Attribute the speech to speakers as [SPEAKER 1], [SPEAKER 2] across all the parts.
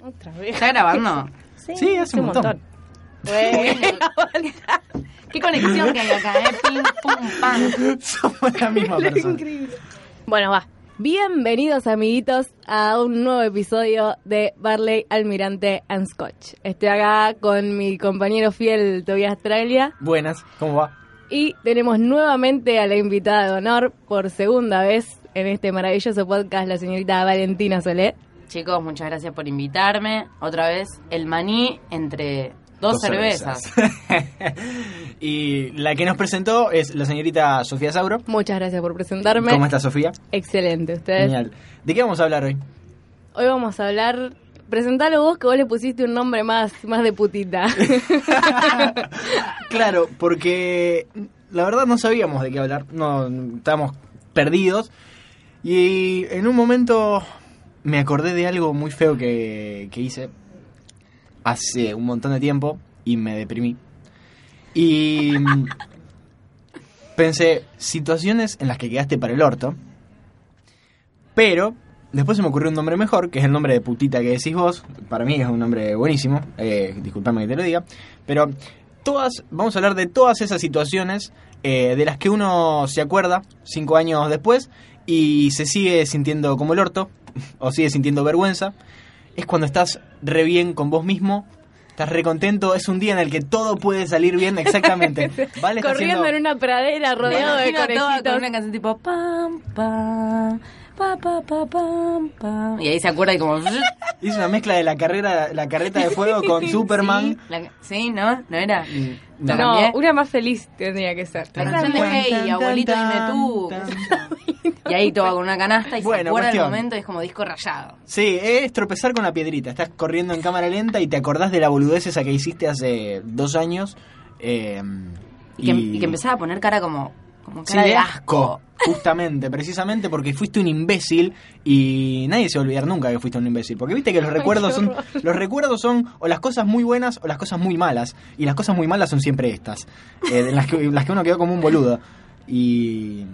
[SPEAKER 1] Otra vez.
[SPEAKER 2] ¿Está grabando?
[SPEAKER 1] Sí,
[SPEAKER 3] Sí, hace un montón.
[SPEAKER 1] Bueno,
[SPEAKER 2] Qué conexión que hay acá, ¿eh? Pim, pum, pam.
[SPEAKER 3] Somos la misma persona.
[SPEAKER 1] bueno, va.
[SPEAKER 4] Bienvenidos amiguitos a un nuevo episodio de Barley, Almirante and Scotch. Estoy acá con mi compañero fiel Tobias Australia
[SPEAKER 3] Buenas, ¿cómo va?
[SPEAKER 4] y tenemos nuevamente a la invitada de honor por segunda vez en este maravilloso podcast, la señorita Valentina Solé.
[SPEAKER 2] Chicos, muchas gracias por invitarme. Otra vez, el maní entre dos, cervezas.
[SPEAKER 3] y la que nos presentó es la señorita Sofía Sauro.
[SPEAKER 4] Muchas gracias por presentarme.
[SPEAKER 3] ¿Cómo está Sofía?
[SPEAKER 4] Excelente,
[SPEAKER 2] Eh.
[SPEAKER 4] ustedes.
[SPEAKER 3] Genial. ¿De qué vamos a hablar hoy?
[SPEAKER 4] Hoy vamos a hablar... Presentalo vos que vos le pusiste un nombre más, más de putita.
[SPEAKER 3] Claro, porque la verdad no sabíamos de qué hablar, no estábamos perdidos. Y en un momento me acordé de algo muy feo que, que hice hace un montón de tiempo y me deprimí. Y mm, pensé, situaciones en las que quedaste para el orto, pero después se me ocurrió un nombre mejor, que es el nombre de putita que decís vos. Para mí es un nombre buenísimo, eh, disculpame que te lo diga, pero todas, vamos a hablar de todas esas situaciones eh, de las que uno se acuerda cinco años después y se sigue sintiendo como el orto o sigue sintiendo vergüenza. Es cuando estás re bien con vos mismo, estás re contento, es un día en el que todo puede salir bien, exactamente. Vale, está
[SPEAKER 4] Corriendo
[SPEAKER 3] haciendo-
[SPEAKER 4] en una pradera
[SPEAKER 2] Me
[SPEAKER 4] rodeado de
[SPEAKER 2] imagino toda
[SPEAKER 4] conejitos.
[SPEAKER 2] con una canción tipo pam, pam, pa, pa, pa, pam, pam. Y ahí se acuerda y como...
[SPEAKER 3] Hice una mezcla de la carrera, la carreta de fuego con Superman.
[SPEAKER 2] Sí, la- sí, ¿no? ¿No era?
[SPEAKER 3] Mm,
[SPEAKER 2] La
[SPEAKER 4] No,
[SPEAKER 2] cambié.
[SPEAKER 4] una más feliz tendría que ser.
[SPEAKER 2] La canción de Hey, abuelito, dime tú. qué sé yo. Y ahí todo con una canasta y se
[SPEAKER 3] Bueno,
[SPEAKER 2] acuerda el
[SPEAKER 3] cuestión.
[SPEAKER 2] momento y es como disco rayado.
[SPEAKER 3] Sí, es tropezar con la piedrita. Estás corriendo en cámara lenta y te acordás de la boludez esa que hiciste hace dos años. eh,
[SPEAKER 2] Y que, em-, y que empezaba a poner cara como, como
[SPEAKER 3] Sí,
[SPEAKER 2] cara de asco.
[SPEAKER 3] Justamente, precisamente porque fuiste un imbécil y nadie se va a olvidar nunca que fuiste un imbécil. Porque viste que los recuerdos son. Los recuerdos son o las cosas muy buenas o las cosas muy malas. Y las cosas muy malas son siempre estas. eh, en las que, en las que uno quedó como un boludo. Y.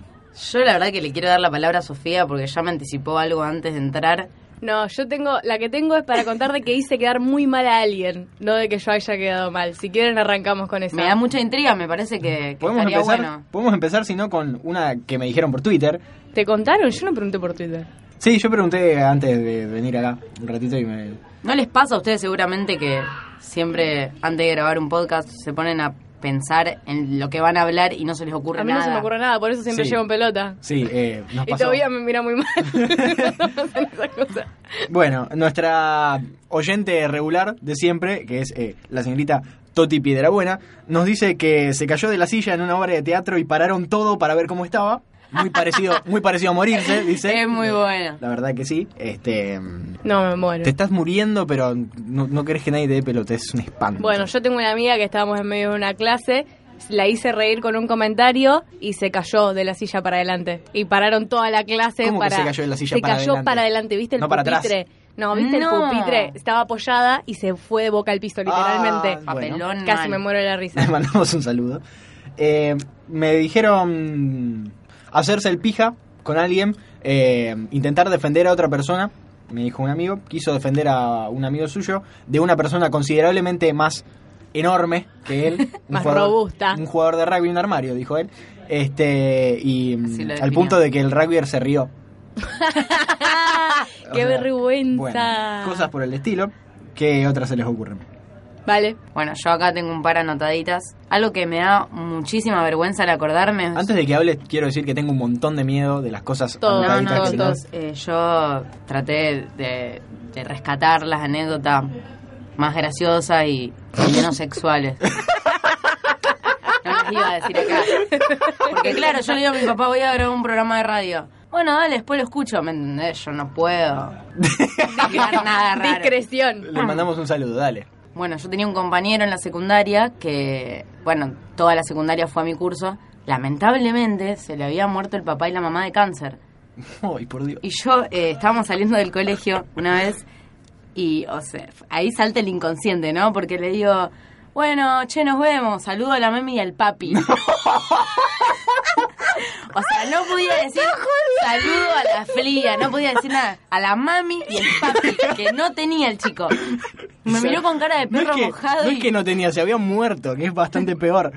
[SPEAKER 2] Yo la verdad que le quiero dar la palabra a Sofía porque ya me anticipó algo antes de entrar.
[SPEAKER 4] No, yo tengo, la que tengo es para contar de que hice quedar muy mal a alguien, no de que yo haya quedado mal. Si quieren arrancamos con esa.
[SPEAKER 2] Me da mucha intriga, me parece que, que
[SPEAKER 3] Podemos
[SPEAKER 2] estaría
[SPEAKER 3] empezar,
[SPEAKER 2] bueno.
[SPEAKER 3] podemos empezar, si no, con una que me dijeron por Twitter.
[SPEAKER 4] ¿Te contaron? Yo no pregunté por Twitter.
[SPEAKER 3] Sí, yo pregunté antes de venir acá un ratito y me...
[SPEAKER 2] ¿No les pasa a ustedes seguramente que siempre antes de grabar un podcast se ponen a pensar en lo que van a hablar y no se les ocurre
[SPEAKER 4] a mí
[SPEAKER 2] nada?
[SPEAKER 4] no se me ocurre nada, por eso siempre
[SPEAKER 3] Sí.
[SPEAKER 4] llevo en pelota.
[SPEAKER 3] Sí, eh, nos
[SPEAKER 4] Y
[SPEAKER 3] pasó.
[SPEAKER 4] todavía me mira muy mal. Esa cosa.
[SPEAKER 3] Bueno, nuestra oyente regular de siempre, que es eh, la señorita Toti Piedrabuena, nos dice que se cayó de la silla en una obra de teatro y pararon todo para ver cómo estaba. Muy parecido, muy parecido a morirse, dice.
[SPEAKER 2] Es muy bueno.
[SPEAKER 3] La verdad que sí. Este,
[SPEAKER 4] no, me muero.
[SPEAKER 3] te estás muriendo, pero no, no querés que nadie te dé pelota, es un espanto.
[SPEAKER 4] Bueno, yo tengo una amiga que estábamos en medio de una clase, la hice reír con un comentario y se cayó de la silla para adelante. Y pararon toda la clase
[SPEAKER 3] ¿Cómo que
[SPEAKER 4] para.
[SPEAKER 3] se cayó de la silla
[SPEAKER 4] se
[SPEAKER 3] para
[SPEAKER 4] cayó
[SPEAKER 3] adelante?
[SPEAKER 4] para adelante, ¿viste el
[SPEAKER 3] No para atrás.
[SPEAKER 4] pupitre? No, ¿viste
[SPEAKER 2] No.
[SPEAKER 4] el pupitre? Estaba apoyada y se fue de boca al piso, literalmente.
[SPEAKER 3] Ah, bueno.
[SPEAKER 2] Papelón.
[SPEAKER 4] Casi
[SPEAKER 2] mal.
[SPEAKER 4] me muero de la
[SPEAKER 3] Les
[SPEAKER 4] risa.
[SPEAKER 3] mandamos un saludo. Eh, me dijeron hacerse el pija con alguien, eh, intentar defender a otra persona. Me dijo un amigo, quiso defender a un amigo suyo de una persona considerablemente más enorme que él, un
[SPEAKER 4] Más robusta.
[SPEAKER 3] un jugador de rugby en un armario, dijo él. Este y
[SPEAKER 2] Así lo
[SPEAKER 3] mm, al
[SPEAKER 2] definió.
[SPEAKER 3] punto de que el rugbyer se rió. O
[SPEAKER 4] ¡Qué
[SPEAKER 3] sea,
[SPEAKER 4] vergüenza!
[SPEAKER 3] bueno, cosas por el estilo. ¿Qué otras se les ocurren?
[SPEAKER 4] Vale.
[SPEAKER 2] Bueno, yo acá tengo un par anotaditas. Algo que me da muchísima vergüenza al acordarme. es-
[SPEAKER 3] Antes de que hables, quiero decir que tengo un montón de miedo de las cosas
[SPEAKER 4] Todo.
[SPEAKER 2] No,
[SPEAKER 3] anotaditas
[SPEAKER 2] no,
[SPEAKER 3] que tengo.
[SPEAKER 2] chicos, eh, yo traté de, de rescatar las anécdotas más graciosas y menos sexuales. No las iba a decir acá. Porque claro, yo le digo a mi papá, voy a grabar un programa de radio. Bueno, dale, después lo escucho, ¿me entendés? Yo no puedo dejar nada raro.
[SPEAKER 4] Discreción.
[SPEAKER 2] Ah.
[SPEAKER 3] Le mandamos un saludo, dale.
[SPEAKER 2] Bueno, yo tenía un compañero en la secundaria que, bueno, toda la secundaria fue a mi curso. Lamentablemente se le había muerto el papá y la mamá de cáncer.
[SPEAKER 3] Ay, por Dios.
[SPEAKER 2] Y yo eh, estábamos saliendo del colegio una vez y, o sea, ahí salta el inconsciente, ¿no? Porque le digo, bueno, che, nos vemos, saludo a la mami y al papi. O sea, no podía decir saludo a la fría, no podía decir nada. A la mami y el papi, que no tenía el chico. Me
[SPEAKER 3] O sea,
[SPEAKER 2] miró con cara de
[SPEAKER 3] no es
[SPEAKER 2] perro
[SPEAKER 3] que-
[SPEAKER 2] mojado
[SPEAKER 3] No
[SPEAKER 2] y...
[SPEAKER 3] es que no tenía, se había muerto, que es bastante peor.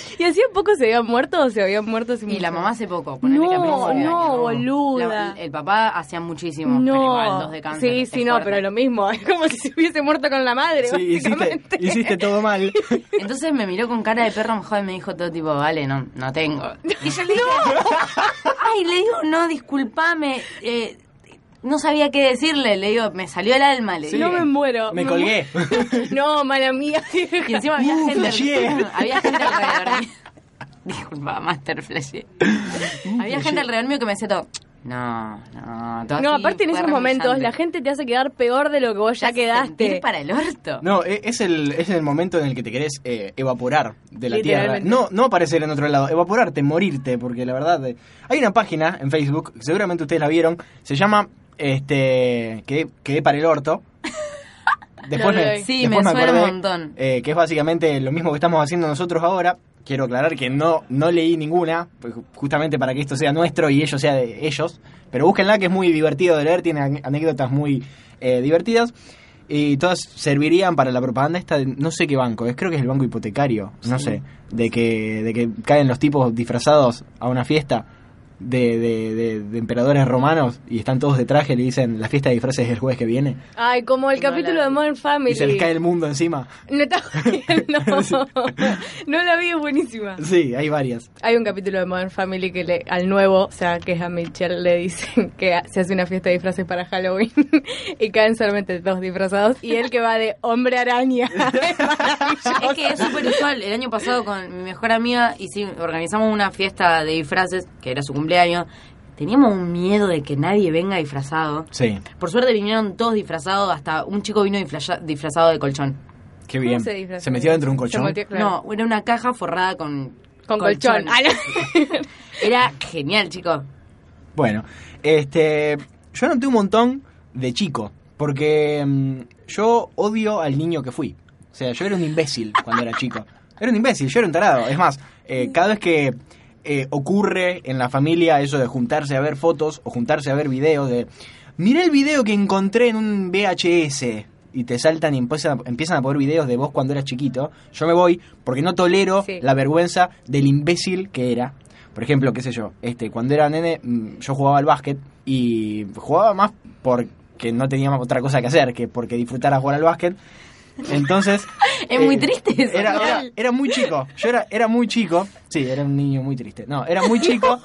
[SPEAKER 4] ¿Y hacía poco se habían muerto o se habían muerto hace
[SPEAKER 2] Y
[SPEAKER 4] mucho?
[SPEAKER 2] la mamá hace poco. ponele que a
[SPEAKER 4] No,
[SPEAKER 2] principio de
[SPEAKER 4] no,
[SPEAKER 2] año.
[SPEAKER 4] boluda.
[SPEAKER 2] La- el papá hacía muchísimo. pero igual,
[SPEAKER 4] No,
[SPEAKER 2] dos de cáncer,
[SPEAKER 4] sí,
[SPEAKER 2] es
[SPEAKER 4] sí, no,
[SPEAKER 2] fuerte.
[SPEAKER 4] pero lo mismo, es como si se hubiese muerto con la madre,
[SPEAKER 3] Sí, hiciste,
[SPEAKER 4] básicamente.
[SPEAKER 3] hiciste todo mal.
[SPEAKER 2] Entonces me miró con cara de perro mojado y me dijo todo tipo, vale, no, no tengo. Y yo le digo, ay, le digo, no, discúlpame, eh, no sabía qué decirle, le digo, me salió el alma, le
[SPEAKER 3] Sí.
[SPEAKER 2] digo.
[SPEAKER 4] No me muero.
[SPEAKER 3] Me colgué.
[SPEAKER 4] No, mala mía.
[SPEAKER 2] Y encima había
[SPEAKER 3] Uh,
[SPEAKER 2] gente,
[SPEAKER 3] flasheé.
[SPEAKER 2] había gente alrededor mío. Disculpa, Master Flash.
[SPEAKER 4] Uh,
[SPEAKER 2] Había gente alrededor mío que me decía todo, no, no, todo
[SPEAKER 4] No,
[SPEAKER 2] así,
[SPEAKER 4] aparte en
[SPEAKER 2] fue
[SPEAKER 4] esos momentos
[SPEAKER 2] remillante.
[SPEAKER 4] la gente te hace quedar peor de lo que vos ya
[SPEAKER 2] Te hace sentir
[SPEAKER 4] quedaste.
[SPEAKER 2] para el orto.
[SPEAKER 3] No, e- es el, es el momento en el que te querés eh, evaporar de la tierra.
[SPEAKER 4] Literalmente.
[SPEAKER 3] No, no aparecer en otro lado, evaporarte, morirte, porque la verdad. eh, hay una página en Facebook, seguramente ustedes la vieron, se llama este Quedé, quedé para el orto. Después
[SPEAKER 4] Lo
[SPEAKER 3] me,
[SPEAKER 4] vi.
[SPEAKER 2] Sí,
[SPEAKER 3] después
[SPEAKER 2] me suena un
[SPEAKER 3] acordé,
[SPEAKER 2] montón.
[SPEAKER 3] eh, que es básicamente lo mismo que estamos haciendo nosotros ahora. Quiero aclarar que no, no leí ninguna, pues, ju- justamente para que esto sea nuestro y ellos sea de ellos. Pero búsquenla, que es muy divertido de leer, tiene an- anécdotas muy eh, divertidas. Y todas servirían para la propaganda esta, de- no sé qué banco, es creo que es el banco hipotecario, no sé, de que, de que caen los tipos disfrazados a una fiesta de, de- de- de emperadores romanos y están todos de traje y le dicen la fiesta de disfraces es el jueves que viene.
[SPEAKER 4] Ay, como el
[SPEAKER 2] No
[SPEAKER 4] capítulo
[SPEAKER 2] la-
[SPEAKER 4] de Modern Family.
[SPEAKER 3] Y se les cae el mundo encima.
[SPEAKER 4] No está no. no la vi, es buenísima.
[SPEAKER 3] Sí, hay varias.
[SPEAKER 4] Hay un capítulo de Modern Family que le, al nuevo, o sea, que es a Michelle, le dicen que ha- se hace una fiesta de disfraces para Halloween y caen solamente dos disfrazados y él que va de hombre araña. Es maravilloso.
[SPEAKER 2] Es que es súper usual. El año pasado con mi mejor amiga y sí, organizamos una fiesta de disfraces, que era su cumpleaños. Teníamos un miedo de que nadie venga disfrazado.
[SPEAKER 3] Sí,
[SPEAKER 2] Por suerte vinieron todos disfrazados, hasta un chico vino disfraya- disfrazado de colchón.
[SPEAKER 3] qué
[SPEAKER 4] ¿Cómo
[SPEAKER 3] bien.
[SPEAKER 4] se disfraza?
[SPEAKER 3] Se metió dentro de un
[SPEAKER 4] Se
[SPEAKER 3] colchón.
[SPEAKER 4] metió- claro,
[SPEAKER 2] No, era una caja forrada con,
[SPEAKER 4] con colchón.
[SPEAKER 2] colchones.
[SPEAKER 4] Ah, no.
[SPEAKER 2] Era genial, chicos.
[SPEAKER 3] Bueno, este, yo anoté un montón de chico, porque mm, yo odio al niño que fui. O sea, yo era un imbécil cuando era chico. Era un imbécil, yo era un tarado. Es más, eh, cada vez que eh, ocurre en la familia eso de juntarse a ver fotos o juntarse a ver videos de... Mirá el video que encontré en un VHS. Y te saltan y empiezan a, empiezan a poner videos de vos cuando eras chiquito. Yo me voy porque no tolero
[SPEAKER 4] Sí.
[SPEAKER 3] la vergüenza del imbécil que era. Por ejemplo, qué sé yo, este, cuando era nene mm, yo jugaba al básquet y jugaba más porque no teníamos otra cosa que hacer que porque disfrutara jugar al básquet. Entonces... eh,
[SPEAKER 2] Es muy triste eso,
[SPEAKER 3] Era,
[SPEAKER 2] ¿no?
[SPEAKER 3] era- era muy chico. Yo era, era muy chico. Sí, era un niño muy triste. No, era muy chico.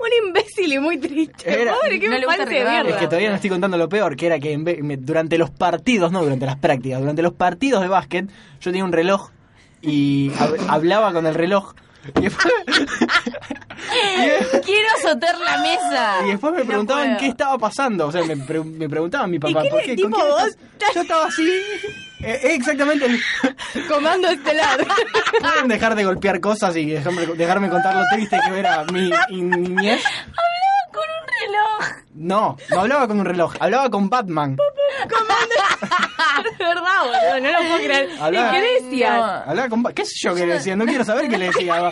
[SPEAKER 4] un imbécil y muy triste.
[SPEAKER 3] Era-
[SPEAKER 4] Pobre, qué
[SPEAKER 2] no le gusta
[SPEAKER 4] falta de
[SPEAKER 2] recordar.
[SPEAKER 4] mierda.
[SPEAKER 3] Es que todavía no estoy contando lo peor, que era que en vez- me- durante los partidos, no durante las prácticas, durante los partidos de básquet, yo tenía un reloj y hab- hablaba con el reloj. Y después,
[SPEAKER 2] Quiero azotar la mesa.
[SPEAKER 3] y después me
[SPEAKER 2] No
[SPEAKER 3] preguntaban
[SPEAKER 2] puedo.
[SPEAKER 3] qué estaba pasando. O sea, me, pre- me preguntaban mi papá,
[SPEAKER 4] qué
[SPEAKER 3] ¿por qué?
[SPEAKER 4] tipo
[SPEAKER 3] ¿Con quién
[SPEAKER 4] vos
[SPEAKER 3] estás? Yo estaba así. Eh, eh, exactamente.
[SPEAKER 4] Comando este estelar.
[SPEAKER 3] Pueden dejar de golpear cosas y dejarme, dejarme contar lo triste que era mi mi niñez.
[SPEAKER 2] Con un reloj.
[SPEAKER 3] No, no hablaba con un reloj, hablaba con Batman.
[SPEAKER 4] De verdad, boludo, no lo puedo creer.
[SPEAKER 3] Hablá.
[SPEAKER 4] ¿Y qué decías?
[SPEAKER 2] No.
[SPEAKER 3] Hablaba con Ba- ¿Qué sé yo qué le decía? No quiero saber qué le decía.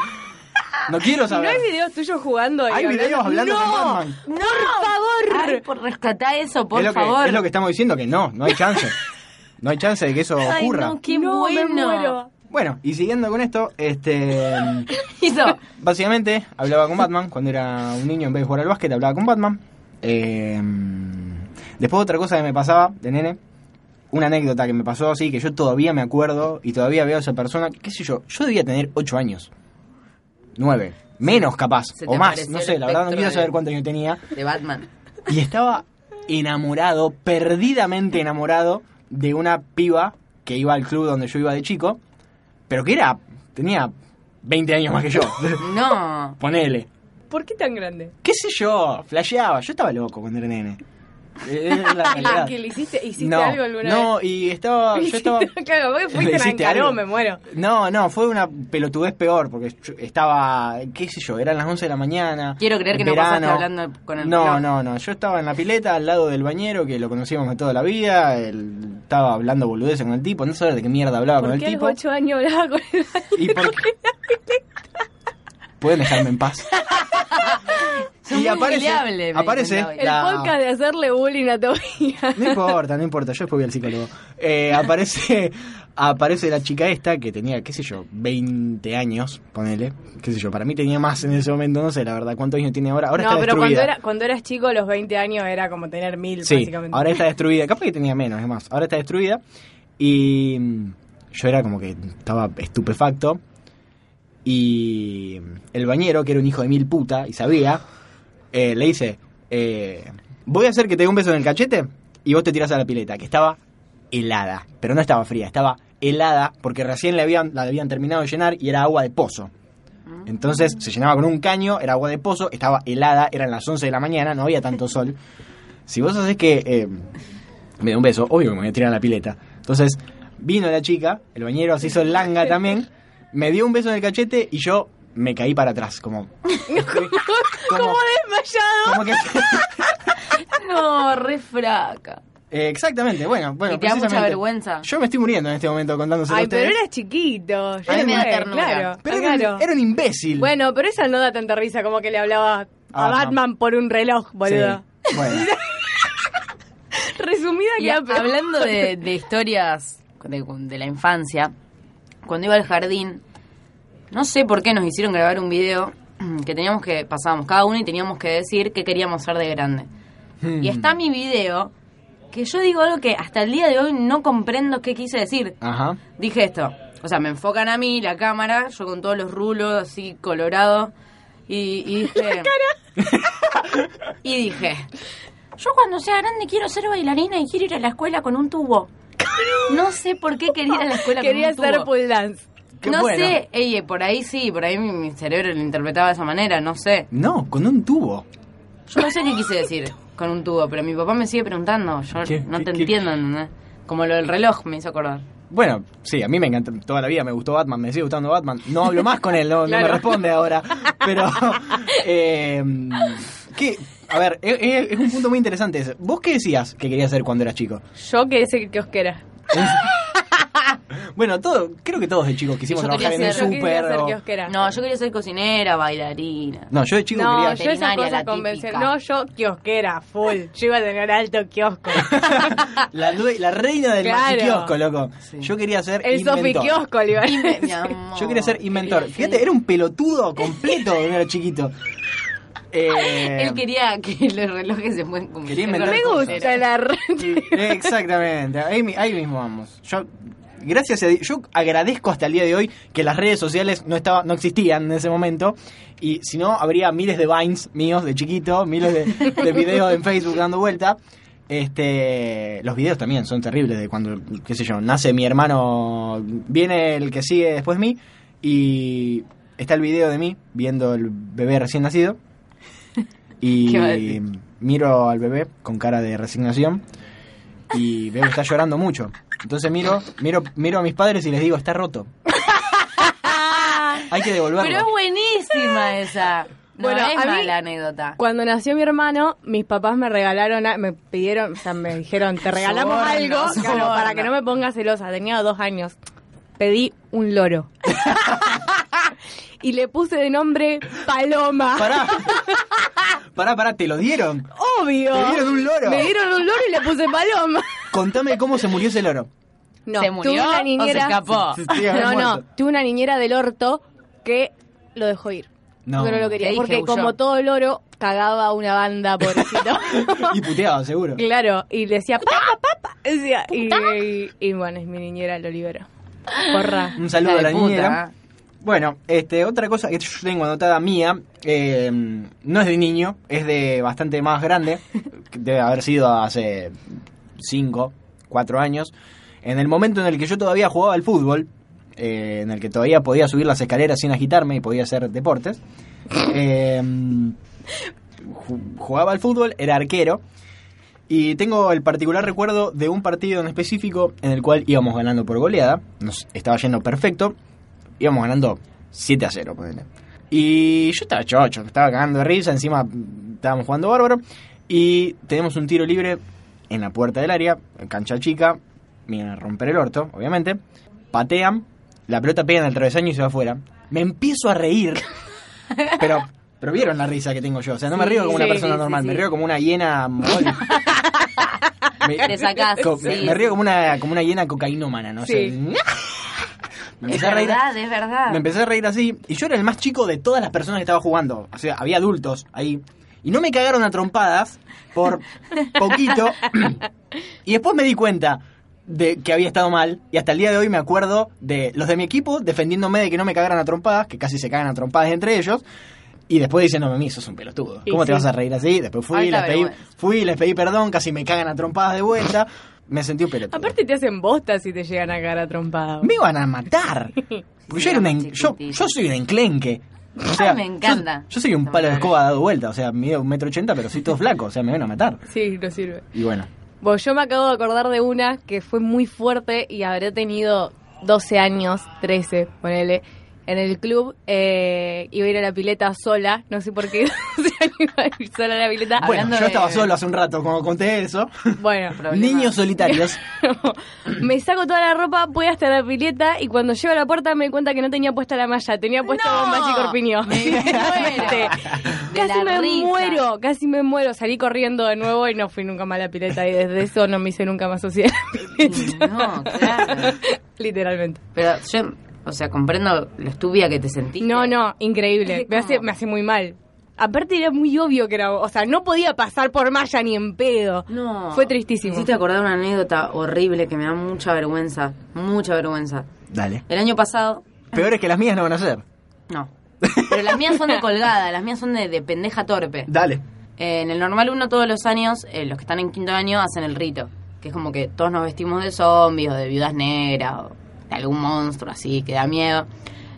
[SPEAKER 3] No quiero
[SPEAKER 4] ¿Y no
[SPEAKER 3] saber.
[SPEAKER 4] hay videos tuyos jugando ahí?
[SPEAKER 3] Hay videos hablando
[SPEAKER 4] ¡No!
[SPEAKER 3] con Batman.
[SPEAKER 4] ¡No! ¡Por favor!
[SPEAKER 2] Ay, por rescatar eso, por
[SPEAKER 3] es, lo
[SPEAKER 2] favor.
[SPEAKER 3] Que, es lo que estamos diciendo, que no, no hay chance. No hay chance de que eso
[SPEAKER 2] Ay,
[SPEAKER 3] ocurra.
[SPEAKER 2] no, qué
[SPEAKER 4] no,
[SPEAKER 2] bueno.
[SPEAKER 4] me muero.
[SPEAKER 3] Bueno, y siguiendo con esto, este
[SPEAKER 2] Hizo.
[SPEAKER 3] básicamente hablaba con Batman. Cuando era un niño, en vez de jugar al básquet, hablaba con Batman. Eh, después otra cosa que me pasaba de nene, una anécdota que me pasó así, que yo todavía me acuerdo y todavía veo a esa persona, qué sé yo, yo debía tener 8 años, 9, menos capaz,
[SPEAKER 2] Se te
[SPEAKER 3] o más,
[SPEAKER 2] apareció
[SPEAKER 3] no
[SPEAKER 2] el
[SPEAKER 3] sé, la verdad no
[SPEAKER 2] espectro
[SPEAKER 3] quiero
[SPEAKER 2] de-
[SPEAKER 3] saber cuánto año tenía.
[SPEAKER 2] De Batman.
[SPEAKER 3] Y estaba enamorado, perdidamente enamorado de una piba que iba al club donde yo iba de chico, pero que era, tenía 20 años más que yo.
[SPEAKER 2] No.
[SPEAKER 3] Ponele.
[SPEAKER 4] ¿Por qué tan grande?
[SPEAKER 3] ¿Qué sé yo? Flasheaba, yo estaba loco cuando era nene. Eh, Es la realidad.
[SPEAKER 4] Ah, ¿Que le hiciste, hiciste
[SPEAKER 3] No,
[SPEAKER 4] algo alguna
[SPEAKER 3] no, y estaba,
[SPEAKER 4] vez?
[SPEAKER 3] yo estaba
[SPEAKER 4] claro, vos
[SPEAKER 3] ¿Le
[SPEAKER 4] fuiste
[SPEAKER 3] hiciste
[SPEAKER 4] Nancaró,
[SPEAKER 3] algo?
[SPEAKER 4] me muero.
[SPEAKER 3] No, no, fue una pelotudez peor, porque yo estaba, qué sé yo, eran las 11 de la mañana.
[SPEAKER 2] Quiero creer que no
[SPEAKER 3] verano.
[SPEAKER 2] pasaste hablando con el
[SPEAKER 3] No,
[SPEAKER 2] reloj.
[SPEAKER 3] no, no, yo estaba en la pileta al lado del bañero, que lo conocíamos de toda la vida, él estaba hablando boludeces con el tipo, no sabía de qué mierda hablaba Ah, con
[SPEAKER 4] ¿Por
[SPEAKER 3] el
[SPEAKER 4] qué a los
[SPEAKER 3] tipo.
[SPEAKER 4] ocho años hablaba con el
[SPEAKER 3] ¿Y por qué? ¿Pueden dejarme en paz?
[SPEAKER 2] muy googleable, me
[SPEAKER 3] aparece
[SPEAKER 2] cuenta hoy.
[SPEAKER 4] El
[SPEAKER 3] la-
[SPEAKER 4] podcast de hacerle bullying a Tobías.
[SPEAKER 3] No importa, no importa, yo después voy al psicólogo. Eh, aparece, aparece la chica esta que tenía, qué sé yo, 20 años, ponele, qué sé yo, para mí tenía más en ese momento, no sé la verdad cuántos años tiene ahora, ahora
[SPEAKER 4] no,
[SPEAKER 3] está
[SPEAKER 4] pero
[SPEAKER 3] destruida.
[SPEAKER 4] cuando, era, cuando eras chico, los 20 años era como tener mil,
[SPEAKER 3] sí,
[SPEAKER 4] básicamente.
[SPEAKER 3] ahora está destruida, capaz que tenía menos, es más, ahora está destruida y mm, yo era como que estaba estupefacto y mm, el bañero, que era un hijo de mil puta y sabía, eh, le dice, eh, voy a hacer que te dé un beso en el cachete y vos te tirás a la pileta, que estaba helada, pero no estaba fría, estaba helada porque recién la habían, la habían terminado de llenar y era agua de pozo. Entonces se llenaba con un caño, era agua de pozo, estaba helada, eran las 11 de la mañana, no había tanto sol. Si vos haces que eh, me dé un beso, obvio que me voy a tirar a la pileta. Entonces vino la chica, el bañero se hizo el langa también, me dio un beso en el cachete y yo me caí para atrás, como... como,
[SPEAKER 4] desmayado.
[SPEAKER 3] como que...
[SPEAKER 2] Ah, No, re fraca.
[SPEAKER 3] Eh, exactamente, bueno, bueno.
[SPEAKER 2] Y te da mucha
[SPEAKER 3] precisamente.
[SPEAKER 2] vergüenza.
[SPEAKER 3] Yo me estoy muriendo en este momento contándoselo a
[SPEAKER 4] Ay,
[SPEAKER 3] ustedes.
[SPEAKER 4] pero eras chiquito. ya
[SPEAKER 2] A mí me da
[SPEAKER 4] fue,
[SPEAKER 2] ternura.
[SPEAKER 4] Claro,
[SPEAKER 3] Pero era,
[SPEAKER 4] claro.
[SPEAKER 3] un, era un imbécil.
[SPEAKER 4] Bueno, pero esa no da tanta risa como que le hablaba a
[SPEAKER 3] Ah, no.
[SPEAKER 4] Batman por un reloj,
[SPEAKER 3] Sí,
[SPEAKER 4] boludo.
[SPEAKER 3] bueno.
[SPEAKER 4] Resumida
[SPEAKER 2] Y
[SPEAKER 4] que
[SPEAKER 2] a- hablando de, de historias de, de la infancia, cuando iba al jardín, no sé por qué nos hicieron grabar un video que teníamos que, pasábamos cada uno y teníamos que decir qué queríamos ser de grande.
[SPEAKER 3] Mm.
[SPEAKER 2] Y está mi video, que yo digo algo que hasta el día de hoy no comprendo qué quise decir.
[SPEAKER 3] Ajá.
[SPEAKER 2] Dije esto, o sea, me enfocan a mí, la cámara, yo con todos los rulos así colorados, y, y dije... y dije, yo cuando sea grande quiero ser bailarina y quiero ir a la escuela con un tubo. No sé por qué quería ir a la escuela
[SPEAKER 4] Quería
[SPEAKER 2] con un
[SPEAKER 4] hacer
[SPEAKER 2] tubo.
[SPEAKER 4] pole dance.
[SPEAKER 3] Qué
[SPEAKER 2] no
[SPEAKER 3] bueno.
[SPEAKER 2] sé, ella, por ahí sí, por ahí mi, mi cerebro lo interpretaba de esa manera, no sé.
[SPEAKER 3] No, con un tubo.
[SPEAKER 2] Yo no sé qué quise decir con un tubo, pero mi papá me sigue preguntando. Yo
[SPEAKER 3] ¿Qué?
[SPEAKER 2] no
[SPEAKER 3] ¿Qué-
[SPEAKER 2] te
[SPEAKER 3] qué?
[SPEAKER 2] entiendo, ¿entendés? Como lo del reloj me hizo acordar.
[SPEAKER 3] Bueno, sí, a mí me encanta. Toda la vida me gustó Batman, me sigue gustando Batman. No hablo más con él, no, no me
[SPEAKER 4] Claro.
[SPEAKER 3] responde ahora. Pero. eh, ¿qué? A ver, es, es- es un punto muy interesante ese. ¿Vos qué decías que querías hacer cuando eras chico?
[SPEAKER 4] Yo que ese que os quiera.
[SPEAKER 3] Bueno, todo, creo que todos de chicos quisimos
[SPEAKER 2] Yo quería
[SPEAKER 4] Yo
[SPEAKER 2] ser-
[SPEAKER 3] trabajar en un
[SPEAKER 4] quería
[SPEAKER 3] súper.
[SPEAKER 4] ser
[SPEAKER 3] o-
[SPEAKER 4] que os quiera.
[SPEAKER 2] No, yo quería ser cocinera, bailarina.
[SPEAKER 3] No, yo de chico
[SPEAKER 4] No,
[SPEAKER 3] quería.
[SPEAKER 4] yo esas
[SPEAKER 2] Veterinaria,
[SPEAKER 4] cosas
[SPEAKER 2] la
[SPEAKER 4] convencionales.
[SPEAKER 2] típica.
[SPEAKER 4] No, yo kiosquera, full. Yo iba a tener alto kiosco.
[SPEAKER 3] La, due- la reina del
[SPEAKER 4] Claro.
[SPEAKER 3] machiquiosco, loco.
[SPEAKER 2] Sí.
[SPEAKER 3] Yo quería ser
[SPEAKER 4] El Sofi
[SPEAKER 3] inventor.
[SPEAKER 4] kiosco le iba a
[SPEAKER 2] Dime,
[SPEAKER 4] decir.
[SPEAKER 2] mi amor.
[SPEAKER 3] Yo quería ser inventor.
[SPEAKER 2] Quería
[SPEAKER 3] Fíjate,
[SPEAKER 2] ser-
[SPEAKER 3] era un pelotudo completo cuando era chiquito. Eh,
[SPEAKER 2] Él quería que los relojes se pueden cumplir.
[SPEAKER 3] Quería inventar
[SPEAKER 4] Me
[SPEAKER 3] cosas.
[SPEAKER 4] gusta la red.
[SPEAKER 3] eh, Exactamente. Ahí, mi- ahí mismo vamos. Yo gracias a Di- yo agradezco hasta el día de hoy que las redes sociales no estaba no existían en ese momento y si no habría miles de vines míos de chiquito, miles de, de videos en Facebook dando vuelta. Este, los videos también son terribles de cuando qué sé yo, nace mi hermano, viene el que sigue después de mí y está el video de mí viendo el bebé recién nacido.
[SPEAKER 2] ¿Qué va a
[SPEAKER 3] Y
[SPEAKER 2] decir?
[SPEAKER 3] miro al bebé con cara de resignación y veo que está llorando mucho. Entonces miro, miro, miro a mis padres y les digo, está roto. Hay que devolverlo.
[SPEAKER 2] Ah, Pero es buenísima esa. No,
[SPEAKER 4] Bueno,
[SPEAKER 2] es
[SPEAKER 4] a mí-
[SPEAKER 2] mala anécdota.
[SPEAKER 4] Cuando nació mi hermano, mis papás me regalaron, a- me pidieron, o sea, me dijeron, te regalamos
[SPEAKER 2] Soborno,
[SPEAKER 4] algo, claro,
[SPEAKER 2] soborno.
[SPEAKER 4] para que no me pongas celosa. Tenía dos años. Pedí un loro. y le puse de nombre Paloma.
[SPEAKER 3] Pará. Pará, pará, te lo dieron.
[SPEAKER 4] Obvio.
[SPEAKER 3] Te dieron un loro.
[SPEAKER 4] Me dieron un loro y le puse Paloma.
[SPEAKER 3] Contame cómo se murió ese loro.
[SPEAKER 4] No,
[SPEAKER 2] ¿Se murió
[SPEAKER 4] tuve
[SPEAKER 2] o
[SPEAKER 4] una
[SPEAKER 2] se
[SPEAKER 4] niñera.
[SPEAKER 2] escapó?
[SPEAKER 3] Se- se- se había
[SPEAKER 4] no, no,
[SPEAKER 3] muerto.
[SPEAKER 4] tuve una niñera del orto que lo dejó ir.
[SPEAKER 3] No.
[SPEAKER 4] Porque no lo quería.
[SPEAKER 2] Ahí
[SPEAKER 4] Porque
[SPEAKER 2] que huyó.
[SPEAKER 4] como todo loro, cagaba una banda, pobrecito.
[SPEAKER 3] Y puteado, seguro.
[SPEAKER 4] Claro, y le decía, papá, papá. Decía, y, y- y bueno, es mi niñera, lo liberó. Porra.
[SPEAKER 3] Un saludo
[SPEAKER 2] Hija de
[SPEAKER 3] a la
[SPEAKER 2] puta.
[SPEAKER 3] niñera. Bueno, este, otra cosa que yo tengo anotada mía, eh, no es de niño, es de bastante más grande, que debe haber sido hace 5, 4 años, en el momento en el que yo todavía jugaba al fútbol, eh, en el que todavía podía subir las escaleras sin agitarme y podía hacer deportes, eh, ju- jugaba al fútbol, era arquero, y tengo el particular recuerdo de un partido en específico en el cual íbamos ganando por goleada. Nos estaba yendo perfecto. Íbamos ganando 7 a 0, ponele. Y yo estaba chocho, estaba cagando de risa. Encima mm, estábamos jugando bárbaro. Y tenemos un tiro libre en la puerta del área, en cancha chica. Me iban a romper el orto, obviamente. Patean, la pelota pega en el travesaño y se va afuera. Me empiezo a reír. Pero Pero vieron la risa que tengo yo. O sea, no me
[SPEAKER 2] Sí,
[SPEAKER 3] río como una
[SPEAKER 2] sí,
[SPEAKER 3] persona
[SPEAKER 2] sí,
[SPEAKER 3] normal,
[SPEAKER 2] sí,
[SPEAKER 3] me
[SPEAKER 2] sí.
[SPEAKER 3] río como una hiena mongol. Me-
[SPEAKER 2] Te sacás,
[SPEAKER 3] co-
[SPEAKER 2] sí.
[SPEAKER 3] me, me río como una, como una hiena cocainómana, no
[SPEAKER 4] Sí.
[SPEAKER 3] sé. Me
[SPEAKER 2] Es
[SPEAKER 3] empecé a reír.
[SPEAKER 2] verdad, es verdad.
[SPEAKER 3] Me empecé a reír así. Y yo era el más chico de todas las personas que estaba jugando. O sea, había adultos ahí. Y no me cagaron a trompadas por poquito. y después me di cuenta de que había estado mal. Y hasta el día de hoy me acuerdo de los de mi equipo defendiéndome de que no me cagaran a trompadas, que casi se cagan a trompadas entre ellos. Y después diciéndome, a mí, sos un pelotudo.
[SPEAKER 4] Y
[SPEAKER 3] ¿Cómo te
[SPEAKER 4] sí.
[SPEAKER 3] vas a reír así? Después fui,
[SPEAKER 2] Alta
[SPEAKER 3] les pedí,
[SPEAKER 2] vergüenza.
[SPEAKER 3] fui, les pedí perdón, casi me cagan a trompadas de vuelta. Me sentí un pelotudo.
[SPEAKER 4] Aparte te hacen bosta si te llegan a cara trompada.
[SPEAKER 3] Me iban a matar. Porque yo, era una en- yo,
[SPEAKER 2] chiquitito.
[SPEAKER 3] yo soy un enclenque. O sea,
[SPEAKER 2] Ay, me encanta.
[SPEAKER 3] Yo, yo soy un palo de escoba dado vuelta. O sea, mido un metro ochenta, pero soy todo flaco. O sea, me van a matar.
[SPEAKER 4] Sí, no sirve.
[SPEAKER 3] Y bueno.
[SPEAKER 4] Bueno, yo me acabo de acordar de una que fue muy fuerte y habré tenido 12 años, 13, ponele, en el club. Eh, iba a ir a la pileta sola, no sé por qué. o sea, iba a ir sola a la pileta.
[SPEAKER 3] Bueno,
[SPEAKER 2] Hablando
[SPEAKER 3] yo
[SPEAKER 2] de-
[SPEAKER 3] estaba solo hace un rato cuando conté eso.
[SPEAKER 4] Bueno,
[SPEAKER 2] Problema.
[SPEAKER 3] Niños solitarios.
[SPEAKER 4] me saco toda la ropa, voy hasta la pileta y cuando llego a la puerta me doy cuenta que no tenía puesta la malla, tenía puesta
[SPEAKER 2] ¡No!
[SPEAKER 4] bomba chicorpiño.
[SPEAKER 2] Me muero. De
[SPEAKER 4] Casi me
[SPEAKER 2] la risa.
[SPEAKER 4] muero, casi me muero. Salí corriendo de nuevo y no fui nunca más a la pileta y desde eso no me hice nunca más social.
[SPEAKER 2] No, claro.
[SPEAKER 4] Literalmente.
[SPEAKER 2] Pero yo, o sea, comprendo lo estúpida que te sentiste.
[SPEAKER 4] No, no,
[SPEAKER 2] Es
[SPEAKER 4] increíble.
[SPEAKER 2] que
[SPEAKER 4] Me hace,
[SPEAKER 2] como-
[SPEAKER 4] me hace muy mal. Aparte era muy obvio que era, o sea, no podía pasar por malla ni en pedo.
[SPEAKER 2] No.
[SPEAKER 4] Fue tristísimo.
[SPEAKER 2] Me hiciste acordar una anécdota horrible que me da mucha vergüenza. Mucha vergüenza.
[SPEAKER 3] Dale.
[SPEAKER 2] El año pasado.
[SPEAKER 3] Peores que las mías no van a ser.
[SPEAKER 2] No. Pero las mías son de colgada, las mías son de, de pendeja torpe.
[SPEAKER 3] Dale.
[SPEAKER 2] Eh, en el normal uno todos los años, eh, los que están en quinto año hacen el rito, que es como que todos nos vestimos de zombies o de viudas negras o de algún monstruo así que da miedo.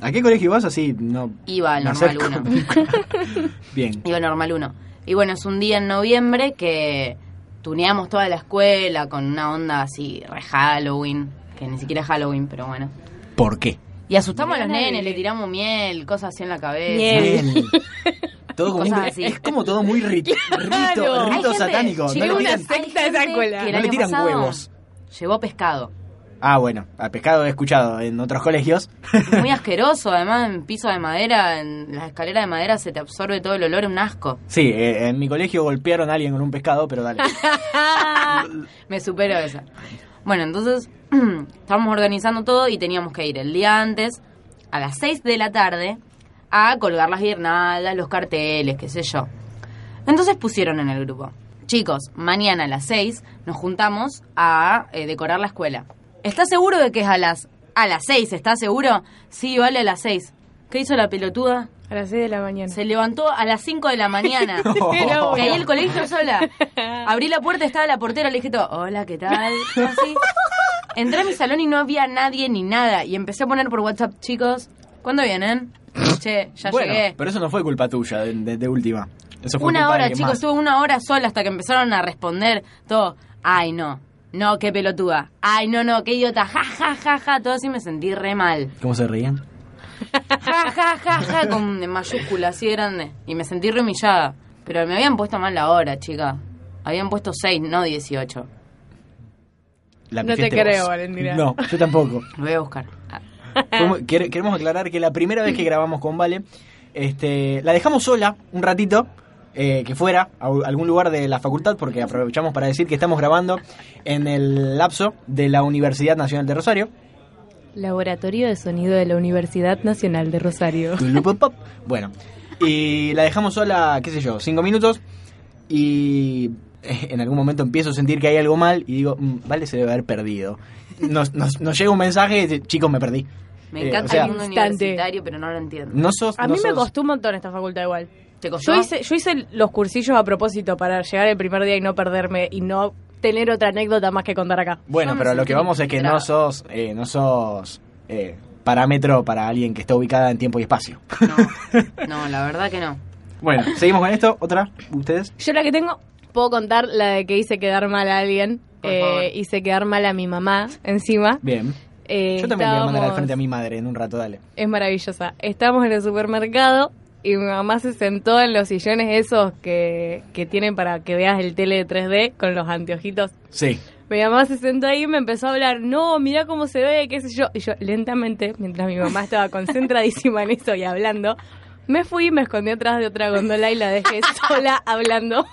[SPEAKER 3] ¿A qué colegio vas así? No.
[SPEAKER 2] Iba al
[SPEAKER 3] no
[SPEAKER 2] normal
[SPEAKER 3] sé.
[SPEAKER 2] uno.
[SPEAKER 3] Bien.
[SPEAKER 2] Iba al normal uno. Y bueno, es un día en noviembre que tuneamos toda la escuela con una onda así re Halloween, que ni siquiera es Halloween, pero bueno.
[SPEAKER 3] ¿Por qué?
[SPEAKER 2] Y asustamos a los
[SPEAKER 4] Mirá,
[SPEAKER 2] nenes,
[SPEAKER 4] nadie.
[SPEAKER 2] le tiramos miel, cosas así en la cabeza.
[SPEAKER 4] Miel. Eh.
[SPEAKER 3] Bien. Todo como
[SPEAKER 2] Cosas
[SPEAKER 3] un-
[SPEAKER 2] así.
[SPEAKER 3] Es como todo muy ri- rito,
[SPEAKER 4] Claro.
[SPEAKER 2] Hay
[SPEAKER 3] rito
[SPEAKER 2] gente-
[SPEAKER 3] satánico. No
[SPEAKER 2] llegó
[SPEAKER 3] le
[SPEAKER 4] una
[SPEAKER 3] tiran,
[SPEAKER 4] secta
[SPEAKER 2] hay gente
[SPEAKER 4] de esa escuela.
[SPEAKER 2] que el
[SPEAKER 3] no le
[SPEAKER 2] año
[SPEAKER 3] tiran
[SPEAKER 2] pasado
[SPEAKER 3] huevos.
[SPEAKER 2] Llevó pescado.
[SPEAKER 3] Ah, bueno. A pescado he escuchado en otros colegios.
[SPEAKER 2] Muy asqueroso, además en piso de madera, en las escaleras de madera se te absorbe todo el olor, un asco.
[SPEAKER 3] Sí, eh, en mi colegio golpearon a alguien con un pescado, pero dale.
[SPEAKER 2] Me superó esa. Bueno, entonces estábamos organizando todo y teníamos que ir el día antes, a las 6 de la tarde, a colgar las guirnaldas, los carteles, qué sé yo. Entonces pusieron en el grupo, chicos, mañana a las 6 nos juntamos a eh, decorar la escuela. ¿Estás seguro de que es a las, a las 6? ¿Estás seguro? Sí, vale, a las 6. ¿Qué hizo la pelotuda?
[SPEAKER 4] A las 6 de la mañana.
[SPEAKER 2] Se levantó a las 5 de la mañana.
[SPEAKER 4] Era obvio.
[SPEAKER 2] Caí al colegio sola. Abrí la puerta, estaba la portera, le dije todo, hola, ¿qué tal? Así. Entré a mi salón y no había nadie ni nada. Y empecé a poner por WhatsApp, chicos, ¿cuándo vienen? Che, ya
[SPEAKER 3] bueno,
[SPEAKER 2] llegué.
[SPEAKER 3] pero eso no fue culpa tuya, de, de- de última. Eso fue
[SPEAKER 2] Una
[SPEAKER 3] culpa de
[SPEAKER 2] hora,
[SPEAKER 3] alguien
[SPEAKER 2] chicos,
[SPEAKER 3] más.
[SPEAKER 2] estuve una hora sola hasta que empezaron a responder todo. Ay, no. No, qué pelotuda. Ay, no, no, qué idiota. Ja, ja, ja, ja. Todo así me sentí re mal.
[SPEAKER 3] ¿Cómo se reían?
[SPEAKER 2] Ja, ja, ja, ja, con en mayúscula, así de grande. Y me sentí re humillada. Pero me habían puesto mal la hora, chica. Habían puesto 6, no 18.
[SPEAKER 3] La
[SPEAKER 4] No te
[SPEAKER 3] pifiaste
[SPEAKER 4] creo,
[SPEAKER 3] vos.
[SPEAKER 4] Valentina.
[SPEAKER 3] No, yo tampoco.
[SPEAKER 2] Lo voy a buscar. Ah,
[SPEAKER 3] Fue muy- quer- Queremos aclarar que la primera vez que grabamos con Vale, este, la dejamos sola un ratito, eh, que fuera a u- algún lugar de la facultad, porque aprovechamos para decir que estamos grabando en el lapso de la Universidad Nacional de Rosario.
[SPEAKER 4] Laboratorio de Sonido de la Universidad Nacional de Rosario.
[SPEAKER 3] Tulupopop. Bueno, y la dejamos sola, qué sé yo, cinco minutos. Y eh, en algún momento empiezo a sentir que hay algo mal y digo, "Mm, vale, se debe haber perdido. Nos, nos- nos llega un mensaje, de, chicos, me perdí.
[SPEAKER 2] Me
[SPEAKER 3] Eh,
[SPEAKER 2] encanta
[SPEAKER 3] o sea,
[SPEAKER 2] el mundo
[SPEAKER 4] Instante.
[SPEAKER 2] universitario, pero no lo entiendo.
[SPEAKER 3] no sos.
[SPEAKER 4] A
[SPEAKER 3] no
[SPEAKER 4] mí me
[SPEAKER 3] sos-
[SPEAKER 4] costó un montón esta facultad igual.
[SPEAKER 2] ¿Te costó?
[SPEAKER 4] Yo hice, yo hice los cursillos a propósito para llegar el primer día y no perderme y no tener otra anécdota más que contar acá.
[SPEAKER 3] Bueno,
[SPEAKER 2] Yo me
[SPEAKER 3] pero lo que
[SPEAKER 2] sentí
[SPEAKER 3] vamos es que no
[SPEAKER 2] frustrada.
[SPEAKER 3] sos, eh, no sos eh, parámetro para alguien que está ubicada en tiempo y espacio.
[SPEAKER 2] No, no, la verdad que no.
[SPEAKER 3] Bueno, seguimos con esto. Otra, ustedes.
[SPEAKER 4] Yo la que tengo, puedo contar la de que hice quedar mal a alguien.
[SPEAKER 2] Por
[SPEAKER 4] Eh,
[SPEAKER 2] favor.
[SPEAKER 4] hice quedar mal a mi mamá encima.
[SPEAKER 3] Bien.
[SPEAKER 4] Eh,
[SPEAKER 3] Yo también voy a mandar al
[SPEAKER 4] estábamos-
[SPEAKER 3] frente a mi madre en un rato, dale.
[SPEAKER 4] Es maravillosa. Estábamos en el supermercado y mi mamá se sentó en los sillones esos que, que tienen para que veas el tele 3D con los anteojitos.
[SPEAKER 3] Sí.
[SPEAKER 4] Mi mamá se sentó ahí y me empezó a hablar, no, mirá cómo se ve, qué sé yo. Y yo lentamente, mientras mi mamá estaba concentradísima en eso y hablando, Me fui, me escondí atrás de otra gondola y la dejé sola hablando.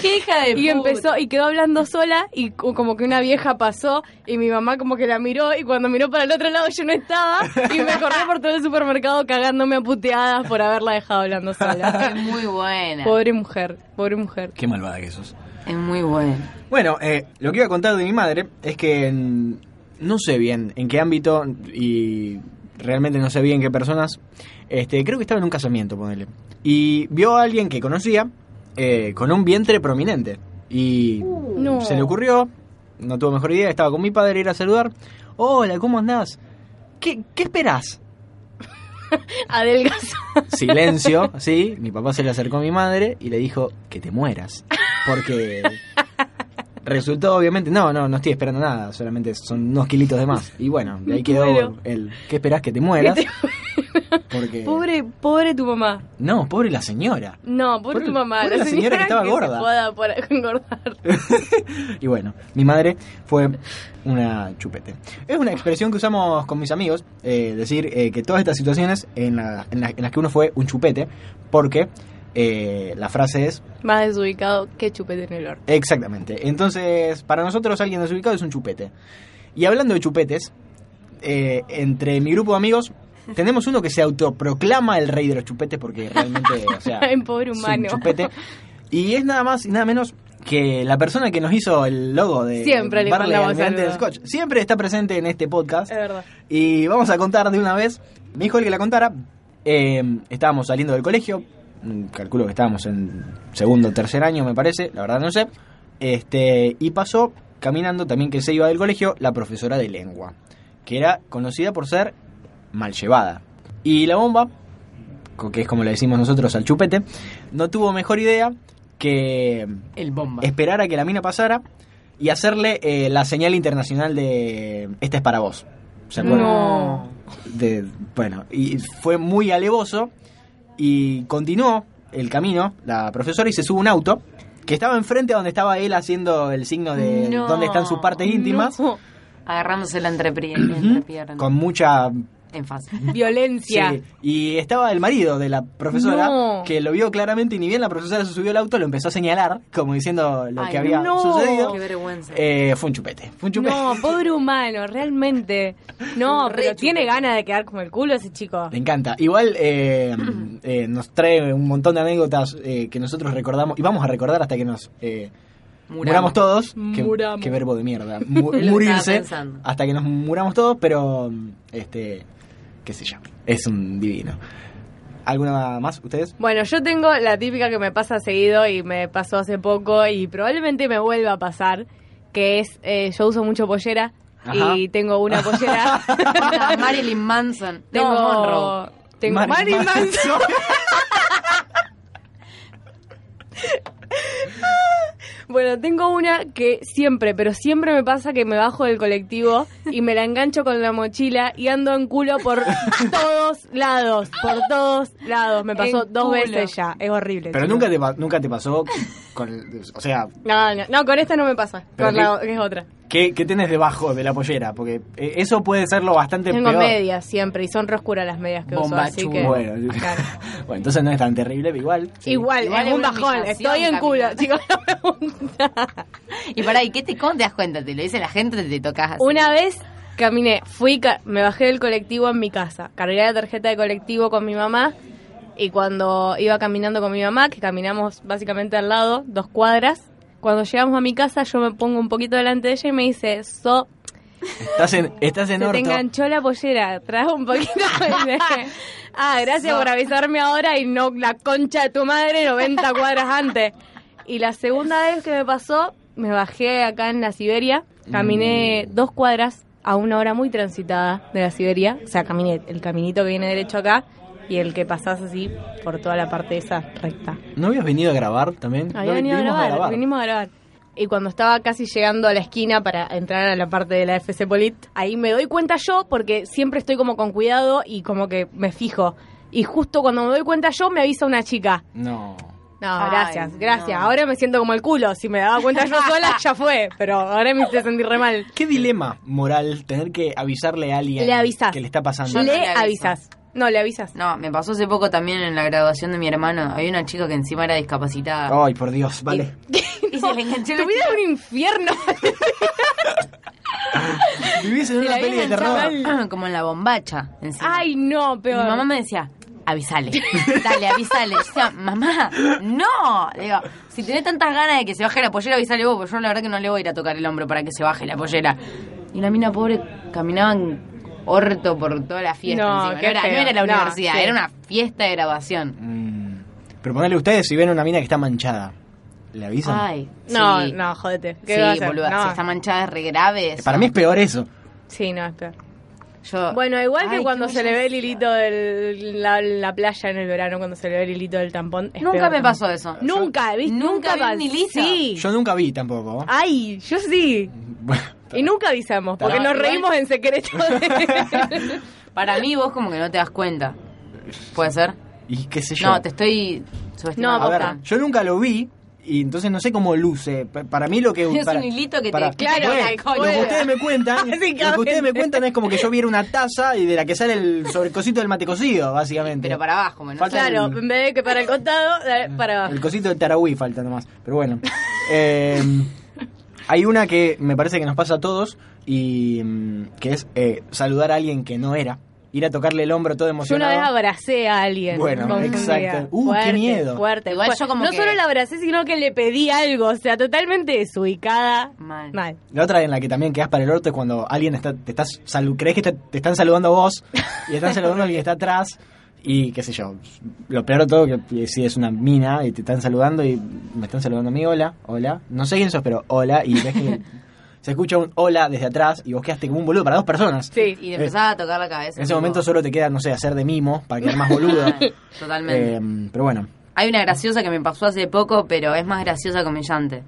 [SPEAKER 1] ¿Qué hija de
[SPEAKER 4] Y empezó y quedó hablando sola y co- como que una vieja pasó y mi mamá como que la miró y cuando miró para el otro lado yo no estaba y me corrí por todo el supermercado cagándome a puteadas por haberla dejado hablando
[SPEAKER 2] Es
[SPEAKER 4] sola.
[SPEAKER 2] muy buena.
[SPEAKER 4] Pobre mujer, pobre mujer.
[SPEAKER 3] Qué malvada que sos.
[SPEAKER 2] Es muy buena.
[SPEAKER 3] Bueno, eh, lo que iba a contar de mi madre es que mm, no sé bien en qué ámbito y realmente no sé bien qué personas. Este, creo que estaba en un casamiento, ponele. Y vio a alguien que conocía eh, con un vientre prominente. Y
[SPEAKER 4] No.
[SPEAKER 3] se le ocurrió, no tuvo mejor idea, estaba con mi padre, ir a saludar. Hola, ¿cómo andás? ¿Qué, qué esperás?
[SPEAKER 4] Adelgaza.
[SPEAKER 3] Silencio, sí. Mi papá se le acercó a mi madre y le dijo que te mueras. Porque resultó, obviamente, no, no, no estoy esperando nada, solamente son unos kilitos de más. Y bueno, y ahí quedó
[SPEAKER 4] Muero.
[SPEAKER 3] el ¿qué esperás que te mueras? Porque.
[SPEAKER 4] Pobre, pobre tu mamá.
[SPEAKER 3] No, pobre la señora.
[SPEAKER 4] No, pobre,
[SPEAKER 3] Pobre-
[SPEAKER 4] tu mamá.
[SPEAKER 3] pobre la señora que estaba gorda.
[SPEAKER 4] Se joda por engordar.
[SPEAKER 3] Y bueno, mi madre fue una chupete. Es una expresión que usamos con mis amigos, eh, decir eh, que todas estas situaciones en, la- en la- en las que uno fue un chupete, porque eh, la frase es
[SPEAKER 4] Más desubicado que chupete en el orto.
[SPEAKER 3] Exactamente. Entonces, para nosotros alguien desubicado es un chupete. Y hablando de chupetes, eh, entre mi grupo de amigos tenemos uno que se autoproclama el rey de los chupetes porque realmente, o sea,
[SPEAKER 4] Ay, pobre
[SPEAKER 3] es un
[SPEAKER 4] humano.
[SPEAKER 3] chupete. Y es nada más y nada menos que la persona que nos hizo el logo de
[SPEAKER 4] Siempre le
[SPEAKER 3] Barley
[SPEAKER 4] mandamos
[SPEAKER 3] Almirante del
[SPEAKER 4] saludos.
[SPEAKER 3] Scotch. Siempre está presente en este podcast.
[SPEAKER 4] Es verdad.
[SPEAKER 3] Y vamos a contar de una vez. Me dijo él que la contara. Eh, estábamos saliendo del colegio. Mm, Calculo que estábamos en segundo o tercer año, me parece. La verdad no sé. Este, y pasó caminando también que se iba del colegio la profesora de lengua. Que era conocida por ser mal llevada. Y la bomba, co- que es como le decimos nosotros al chupete, no tuvo mejor idea que
[SPEAKER 2] El bomba.
[SPEAKER 3] esperar a que la mina pasara y hacerle eh, la señal internacional de esta es para vos. ¿Se acuerdan?
[SPEAKER 4] No.
[SPEAKER 3] de- bueno, y fue muy alevoso y continuó el camino la profesora y se sube a un auto que estaba enfrente a donde estaba él haciendo el signo de
[SPEAKER 2] No,
[SPEAKER 3] dónde están sus partes íntimas
[SPEAKER 4] No.
[SPEAKER 2] Agarrándose la entrepierna. entrepierna.
[SPEAKER 3] con mucha
[SPEAKER 2] En fase.
[SPEAKER 4] Violencia.
[SPEAKER 3] sí, y estaba el marido de la profesora
[SPEAKER 4] No.
[SPEAKER 3] que lo vio claramente y ni bien la profesora se subió al auto lo empezó a señalar como diciendo lo
[SPEAKER 2] Ay,
[SPEAKER 3] que había
[SPEAKER 4] no.
[SPEAKER 3] sucedido
[SPEAKER 2] Qué vergüenza.
[SPEAKER 3] Eh, fue un chupete fue un chupete
[SPEAKER 4] No, pobre humano, realmente. No,
[SPEAKER 2] Re
[SPEAKER 4] pero tiene
[SPEAKER 2] chupete.
[SPEAKER 4] ganas de quedar como el culo ese chico.
[SPEAKER 3] Me encanta. Igual eh, eh, nos trae un montón de anécdotas eh, que nosotros recordamos y vamos a recordar hasta que nos eh, muramos. todos. Qué,
[SPEAKER 4] Muramos.
[SPEAKER 3] qué verbo de mierda. Mu-
[SPEAKER 2] Lo estaba
[SPEAKER 3] murirse.
[SPEAKER 2] pensando.
[SPEAKER 3] Hasta que nos muramos todos, pero mm, este, qué sé yo. Es un divino. ¿Alguna más ustedes?
[SPEAKER 4] Bueno, yo tengo la típica que me pasa seguido y me pasó hace poco y probablemente me vuelva a pasar, que es, eh, yo uso mucho pollera
[SPEAKER 3] Ajá.
[SPEAKER 4] y tengo una pollera.
[SPEAKER 2] Ah, Marilyn Manson. Tengo
[SPEAKER 4] tengo
[SPEAKER 2] Monroe.
[SPEAKER 4] Tengo
[SPEAKER 3] Mar-
[SPEAKER 4] Marilyn
[SPEAKER 3] Mar-
[SPEAKER 4] Manson. Bueno, tengo una que siempre, pero siempre me pasa que me bajo del colectivo y me la engancho con la mochila y ando en culo por todos lados, por todos lados. Me pasó
[SPEAKER 2] En
[SPEAKER 4] dos
[SPEAKER 2] culo.
[SPEAKER 4] veces ya, es horrible.
[SPEAKER 3] Pero
[SPEAKER 4] chico.
[SPEAKER 3] nunca te, pa- nunca te pasó con... el- O sea,
[SPEAKER 4] No, no, no, con esta no me pasa,
[SPEAKER 3] Pero
[SPEAKER 4] con
[SPEAKER 3] que-
[SPEAKER 4] la que es otra.
[SPEAKER 3] ¿qué, qué tenés debajo de la pollera? Porque eh, eso puede serlo bastante
[SPEAKER 4] Tengo
[SPEAKER 3] peor.
[SPEAKER 4] medias siempre y son re oscuras las medias que
[SPEAKER 2] Bomba
[SPEAKER 4] uso, así
[SPEAKER 2] chulo.
[SPEAKER 4] que...
[SPEAKER 3] Bueno,
[SPEAKER 4] Claro.
[SPEAKER 3] bueno, entonces no es tan terrible, pero igual. sí.
[SPEAKER 4] Igual,
[SPEAKER 2] Igual
[SPEAKER 4] es
[SPEAKER 2] es
[SPEAKER 4] un
[SPEAKER 2] una
[SPEAKER 4] bajón,
[SPEAKER 2] humillación
[SPEAKER 4] estoy en culo,
[SPEAKER 2] caminar.
[SPEAKER 4] chicos.
[SPEAKER 2] Y para ¿y qué te, ¿cómo te das cuenta? Te lo dice la gente, te tocas así.
[SPEAKER 4] Una vez caminé, fui, ca- me bajé del colectivo en mi casa, cargué la tarjeta de colectivo con mi mamá y cuando iba caminando con mi mamá, que caminamos básicamente al lado, dos cuadras, cuando llegamos a mi casa yo me pongo un poquito delante de ella y me dice, so,
[SPEAKER 3] Estás en, estás en
[SPEAKER 4] se te
[SPEAKER 3] orto.
[SPEAKER 4] enganchó la pollera, trae un poquito de... Ah, gracias por avisarme ahora y no la concha de tu madre 90 cuadras antes. Y la segunda vez que me pasó, me bajé acá en la Siberia, caminé dos cuadras a una hora muy transitada de la Siberia, o sea, caminé el caminito que viene derecho acá y el que pasás así por toda la parte esa recta.
[SPEAKER 3] ¿No habías venido a grabar también?
[SPEAKER 4] Había
[SPEAKER 3] No,
[SPEAKER 4] venido a
[SPEAKER 3] vinimos
[SPEAKER 4] grabar, vinimos a grabar. Y cuando estaba casi llegando a la esquina para entrar a la parte de la FC Polit, ahí me doy cuenta yo, porque siempre estoy como con cuidado y como que me fijo. Y justo cuando me doy cuenta yo, me avisa una chica.
[SPEAKER 3] No.
[SPEAKER 4] No,
[SPEAKER 2] Ay,
[SPEAKER 4] gracias, gracias.
[SPEAKER 2] no.
[SPEAKER 4] Ahora me siento como el culo. Si me daba cuenta yo sola, ya fue. Pero ahora me hice sentir re mal.
[SPEAKER 3] ¿Qué dilema moral tener que avisarle a alguien
[SPEAKER 4] Le avisás.
[SPEAKER 3] que le está pasando?
[SPEAKER 2] Yo no
[SPEAKER 4] le
[SPEAKER 2] le aviso.
[SPEAKER 4] avisas. No, le avisas.
[SPEAKER 2] No, me pasó hace poco también en la graduación de mi hermano. Había una chica que encima era discapacitada.
[SPEAKER 3] Ay, por Dios, vale.
[SPEAKER 2] Y se le enganchó la
[SPEAKER 4] Tu vida es un infierno.
[SPEAKER 3] Vivís en una
[SPEAKER 2] había
[SPEAKER 3] peli de
[SPEAKER 2] enganchado
[SPEAKER 3] terror.
[SPEAKER 2] como en la bombacha. encima.
[SPEAKER 4] Ay, no,
[SPEAKER 2] Y mi
[SPEAKER 4] peor.
[SPEAKER 2] mamá me decía, avisale, dale, avisale. Yo decía, mamá, no. Le digo, si tenés tantas ganas de que se baje la pollera, avisale vos, porque yo la verdad que no le voy a ir a tocar el hombro para que se baje la pollera. Y la mina pobre caminaba en horto por toda la fiesta.
[SPEAKER 4] No,
[SPEAKER 2] encima.
[SPEAKER 4] qué
[SPEAKER 2] era,
[SPEAKER 4] feo.
[SPEAKER 2] era la
[SPEAKER 4] No,
[SPEAKER 2] universidad,
[SPEAKER 4] sí.
[SPEAKER 2] era una fiesta de grabación.
[SPEAKER 3] Mm, Pero ponele ustedes si ven una mina que está manchada. ¿Le avisan?
[SPEAKER 2] Ay,
[SPEAKER 4] No,
[SPEAKER 2] sí.
[SPEAKER 4] no, jodete. ¿Qué vas a
[SPEAKER 2] Sí,
[SPEAKER 4] hacer?
[SPEAKER 2] boluda,
[SPEAKER 4] No.
[SPEAKER 2] si está manchada es re grave. eso.
[SPEAKER 3] Para mí es peor eso.
[SPEAKER 4] Sí, no, es peor.
[SPEAKER 2] Yo-
[SPEAKER 4] Bueno, igual
[SPEAKER 2] Ay,
[SPEAKER 4] que
[SPEAKER 2] qué
[SPEAKER 4] cuando se le
[SPEAKER 2] vergüenza.
[SPEAKER 4] ve el hilito de la, la playa en el verano, cuando se le ve el hilito del tampón. es
[SPEAKER 2] Nunca
[SPEAKER 4] peor
[SPEAKER 2] me
[SPEAKER 4] también.
[SPEAKER 2] pasó eso.
[SPEAKER 4] Nunca, ¿viste?
[SPEAKER 2] Nunca vi
[SPEAKER 4] pas-
[SPEAKER 2] un hilito.
[SPEAKER 4] Sí.
[SPEAKER 3] Yo nunca vi tampoco.
[SPEAKER 2] Ah.
[SPEAKER 4] Ay, yo sí.
[SPEAKER 3] Bueno,
[SPEAKER 4] Y nunca avisamos, porque
[SPEAKER 2] No,
[SPEAKER 4] nos
[SPEAKER 2] igual-
[SPEAKER 4] reímos en secreto. de-
[SPEAKER 2] Para mí vos como que no te das cuenta. ¿Puede ser?
[SPEAKER 3] Y qué sé yo.
[SPEAKER 2] No, te estoy subestimando.
[SPEAKER 4] No,
[SPEAKER 3] A
[SPEAKER 4] posta.
[SPEAKER 3] ver, yo nunca lo vi y entonces no sé cómo luce. Pa- Para mí lo que...
[SPEAKER 2] Es
[SPEAKER 3] para-
[SPEAKER 2] un hilito que
[SPEAKER 3] para-
[SPEAKER 2] te...
[SPEAKER 4] Claro,
[SPEAKER 2] Bueno,
[SPEAKER 4] tal cual.
[SPEAKER 2] lo
[SPEAKER 3] Lo que
[SPEAKER 2] que
[SPEAKER 3] ustedes me cuentan, lo que ustedes me
[SPEAKER 4] Básicamente.
[SPEAKER 3] cuentan es como que yo viera una taza y de la que sale el sobrecosito del mate cocido, básicamente.
[SPEAKER 2] Pero para abajo, bueno.
[SPEAKER 3] Falta-
[SPEAKER 4] claro, en vez de que para el costado, dale, para
[SPEAKER 3] Mm. El
[SPEAKER 4] abajo.
[SPEAKER 3] cosito del tarahui falta nomás. Pero bueno. Eh, hay una que me parece que nos pasa a todos y mm, que es eh, saludar a alguien que no era. Ir a tocarle el hombro todo
[SPEAKER 4] Yo una
[SPEAKER 3] emocionado.
[SPEAKER 4] vez abracé a alguien.
[SPEAKER 3] Bueno,
[SPEAKER 4] confundida.
[SPEAKER 3] exacto. Uh, qué miedo.
[SPEAKER 4] Fuerte.
[SPEAKER 2] Igual
[SPEAKER 4] fuerte.
[SPEAKER 2] yo como
[SPEAKER 4] no
[SPEAKER 2] que-
[SPEAKER 4] solo la abracé, sino que le pedí algo. O sea, totalmente desubicada.
[SPEAKER 2] Mal.
[SPEAKER 4] Mal.
[SPEAKER 3] La otra en la que también quedas para el orto es cuando alguien está, te estás salu- crees que te, te están saludando a vos y están saludando a alguien que está atrás y qué sé yo. Lo peor de todo que si es una mina y te están saludando y me están saludando a mí, hola, hola. No sé quién sos, pero hola y ves que se escucha un hola desde atrás y vos quedaste como un boludo para dos personas.
[SPEAKER 4] Sí.
[SPEAKER 2] Y le empezaba a tocar la cabeza.
[SPEAKER 3] En ese
[SPEAKER 2] tipo,
[SPEAKER 3] momento solo te queda, no sé, hacer de mimo para quedar más boludo.
[SPEAKER 2] Totalmente.
[SPEAKER 3] Eh, pero bueno.
[SPEAKER 2] Hay una graciosa que me pasó hace poco, pero es más graciosa que humillante.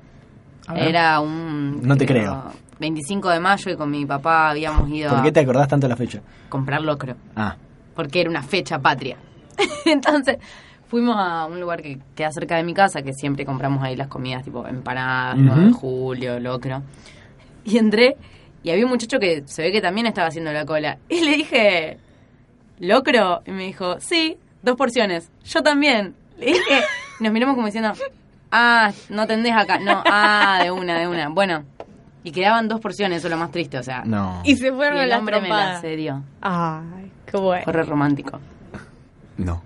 [SPEAKER 3] A ver.
[SPEAKER 2] Era un...
[SPEAKER 3] No te creo.
[SPEAKER 2] 25 de mayo y con mi papá habíamos ido
[SPEAKER 3] ¿Por
[SPEAKER 2] a
[SPEAKER 3] qué te acordás tanto de la fecha?
[SPEAKER 2] comprar locro.
[SPEAKER 3] Ah,
[SPEAKER 2] porque era una fecha patria. Entonces fuimos a un lugar que queda cerca de mi casa, que siempre compramos ahí las comidas tipo empanadas,
[SPEAKER 3] Ujú.
[SPEAKER 2] 9 de julio, locro. Y entré y había un muchacho que se ve que también estaba haciendo la cola. Y le dije, ¿locro? Y me dijo, sí, dos porciones. Yo también. Le dije, y nos miramos como diciendo, ah, no tendés acá. No, ah, de una, de una. Bueno, y quedaban dos porciones, eso es lo más triste, o sea.
[SPEAKER 3] no.
[SPEAKER 4] Y se
[SPEAKER 2] Y
[SPEAKER 4] fueron a
[SPEAKER 2] el
[SPEAKER 4] las
[SPEAKER 2] hombre me la
[SPEAKER 4] trompadas.
[SPEAKER 2] cedió.
[SPEAKER 4] Ay, qué bueno.
[SPEAKER 2] Fue re romántico.
[SPEAKER 3] No.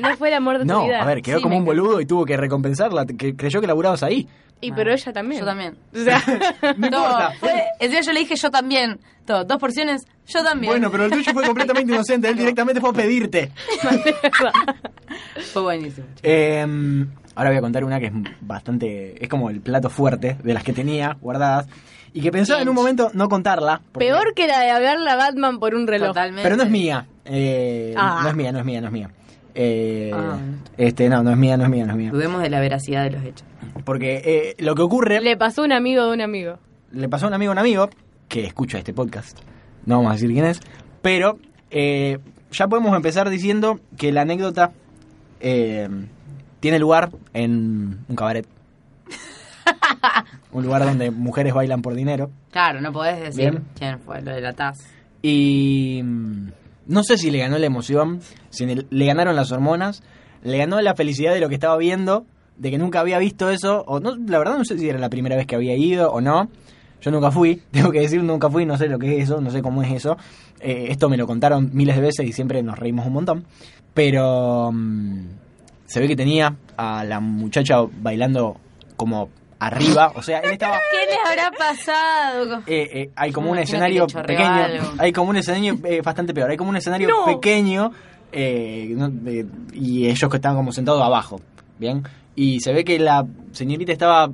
[SPEAKER 4] No fue el amor de tu
[SPEAKER 3] No,
[SPEAKER 4] vida.
[SPEAKER 3] a ver, quedó
[SPEAKER 2] Sí,
[SPEAKER 3] como
[SPEAKER 2] me
[SPEAKER 3] un boludo y tuvo que recompensarla, que creyó que laburabas ahí.
[SPEAKER 4] Y pero ella también.
[SPEAKER 2] Yo también.
[SPEAKER 4] O sea,
[SPEAKER 3] No
[SPEAKER 2] Todo.
[SPEAKER 3] importa.
[SPEAKER 2] Fue- el día yo le dije yo también. Todo. Dos porciones, yo también.
[SPEAKER 3] Bueno, pero el tuyo fue completamente inocente, él directamente fue a pedirte.
[SPEAKER 2] Fue buenísimo.
[SPEAKER 3] Eh, ahora voy a contar una que es bastante, es como el plato fuerte de las que tenía guardadas y que pensaba en un momento no contarla. porque-
[SPEAKER 4] peor que la de hablarle a Batman por un reloj.
[SPEAKER 2] Totalmente.
[SPEAKER 3] Pero no es mía. eh,
[SPEAKER 4] Ah.
[SPEAKER 3] No es mía, no es mía, no es mía. Eh,
[SPEAKER 2] Ah.
[SPEAKER 3] Este, no, no es mía, no es mía, no es mía.
[SPEAKER 2] Dudemos de la veracidad de los hechos.
[SPEAKER 3] Porque eh, lo que ocurre le...
[SPEAKER 4] Le pasó un amigo de un amigo.
[SPEAKER 3] pasó a un amigo, a un amigo que escucha este podcast. No vamos a decir quién es, pero eh, ya podemos empezar diciendo que la anécdota eh, tiene lugar en un cabaret. un lugar donde mujeres bailan por dinero.
[SPEAKER 2] Claro, no podés decir
[SPEAKER 3] Bien.
[SPEAKER 2] quién fue lo de la taza.
[SPEAKER 3] Y mm, no sé si le ganó la emoción, si ne- le ganaron las hormonas, le ganó la felicidad de lo que estaba viendo, de que nunca había visto eso, o no, la verdad no sé si era la primera vez que había ido o no. Yo nunca fui, tengo que decir, nunca fui, no sé lo que es eso, no sé cómo es eso. Eh, esto me lo contaron miles de veces y siempre nos reímos un montón. Pero mm, se ve que tenía a la muchacha bailando como arriba, o sea, él estaba
[SPEAKER 2] ¿Qué les habrá pasado?
[SPEAKER 3] eh, eh, hay como
[SPEAKER 2] Me
[SPEAKER 3] un
[SPEAKER 2] imagino que le
[SPEAKER 3] escenario
[SPEAKER 2] chorreó
[SPEAKER 3] pequeño.
[SPEAKER 2] algo.
[SPEAKER 3] Hay como un escenario eh, bastante peor. Hay como un escenario
[SPEAKER 4] No.
[SPEAKER 3] pequeño eh, no, de- y ellos que estaban como sentados abajo. Bien. Y se ve que la señorita estaba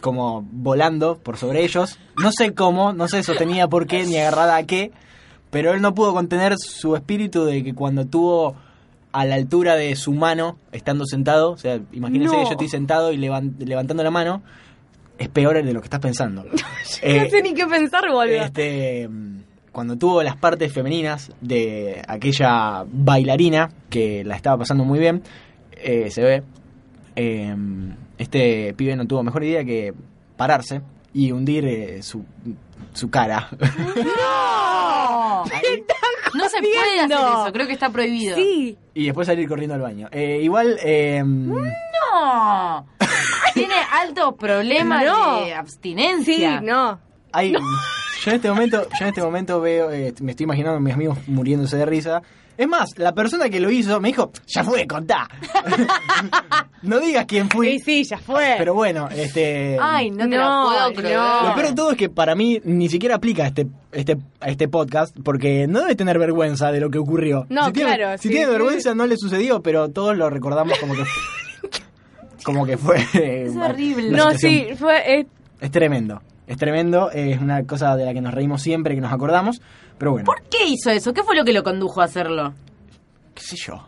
[SPEAKER 3] como volando por sobre ellos. No sé cómo, no sé sostenida por qué ni agarrada a qué. Pero él no pudo contener su espíritu de que cuando tuvo a la altura de su mano, estando sentado, o sea, imagínense
[SPEAKER 4] No.
[SPEAKER 3] que yo estoy sentado y levan- levantando la mano, es peor de lo que estás pensando. Eh,
[SPEAKER 4] no sé ni qué pensar, boludo.
[SPEAKER 3] este, cuando tuvo las partes femeninas de aquella bailarina que la estaba pasando muy bien, em, eh, se ve, eh, este pibe no tuvo mejor idea que pararse y hundir eh, su, su cara.
[SPEAKER 2] ¡No! No se puede hacer
[SPEAKER 4] haciendo?
[SPEAKER 2] eso, creo que está prohibido.
[SPEAKER 4] Sí.
[SPEAKER 3] y después salir corriendo al baño. Eh, igual, eh,
[SPEAKER 2] No. Tiene altos problemas
[SPEAKER 4] No.
[SPEAKER 2] de
[SPEAKER 4] Sí,
[SPEAKER 2] abstinencia.
[SPEAKER 4] no.
[SPEAKER 3] hay... Yo en este momento, yo en este momento veo, eh, me estoy imaginando a mis amigos muriéndose de risa. Es más, la persona que lo hizo me dijo, ya fue, contá. no digas quién fui.
[SPEAKER 4] Y sí, ya fue.
[SPEAKER 3] Pero bueno, este...
[SPEAKER 2] Ay, no te
[SPEAKER 4] No,
[SPEAKER 2] lo puedo
[SPEAKER 4] no.
[SPEAKER 2] creer.
[SPEAKER 3] Lo peor de todo es que para mí ni siquiera aplica este, este, a este podcast porque no debe tener vergüenza de lo que ocurrió.
[SPEAKER 4] No,
[SPEAKER 3] si tiene,
[SPEAKER 4] claro,
[SPEAKER 3] Si
[SPEAKER 4] sí,
[SPEAKER 3] tiene
[SPEAKER 4] sí.
[SPEAKER 3] vergüenza no le sucedió, pero todos lo recordamos como que como que fue. eh,
[SPEAKER 2] Es
[SPEAKER 3] una-
[SPEAKER 2] horrible.
[SPEAKER 3] una
[SPEAKER 4] no,
[SPEAKER 3] situación-
[SPEAKER 4] sí, fue. eh,
[SPEAKER 3] Es tremendo. Es tremendo. eh, Es una cosa de la que nos reímos siempre, que nos acordamos. Pero bueno,
[SPEAKER 2] ¿Por qué hizo eso? ¿Qué fue lo que lo condujo a hacerlo?
[SPEAKER 3] qué sé yo.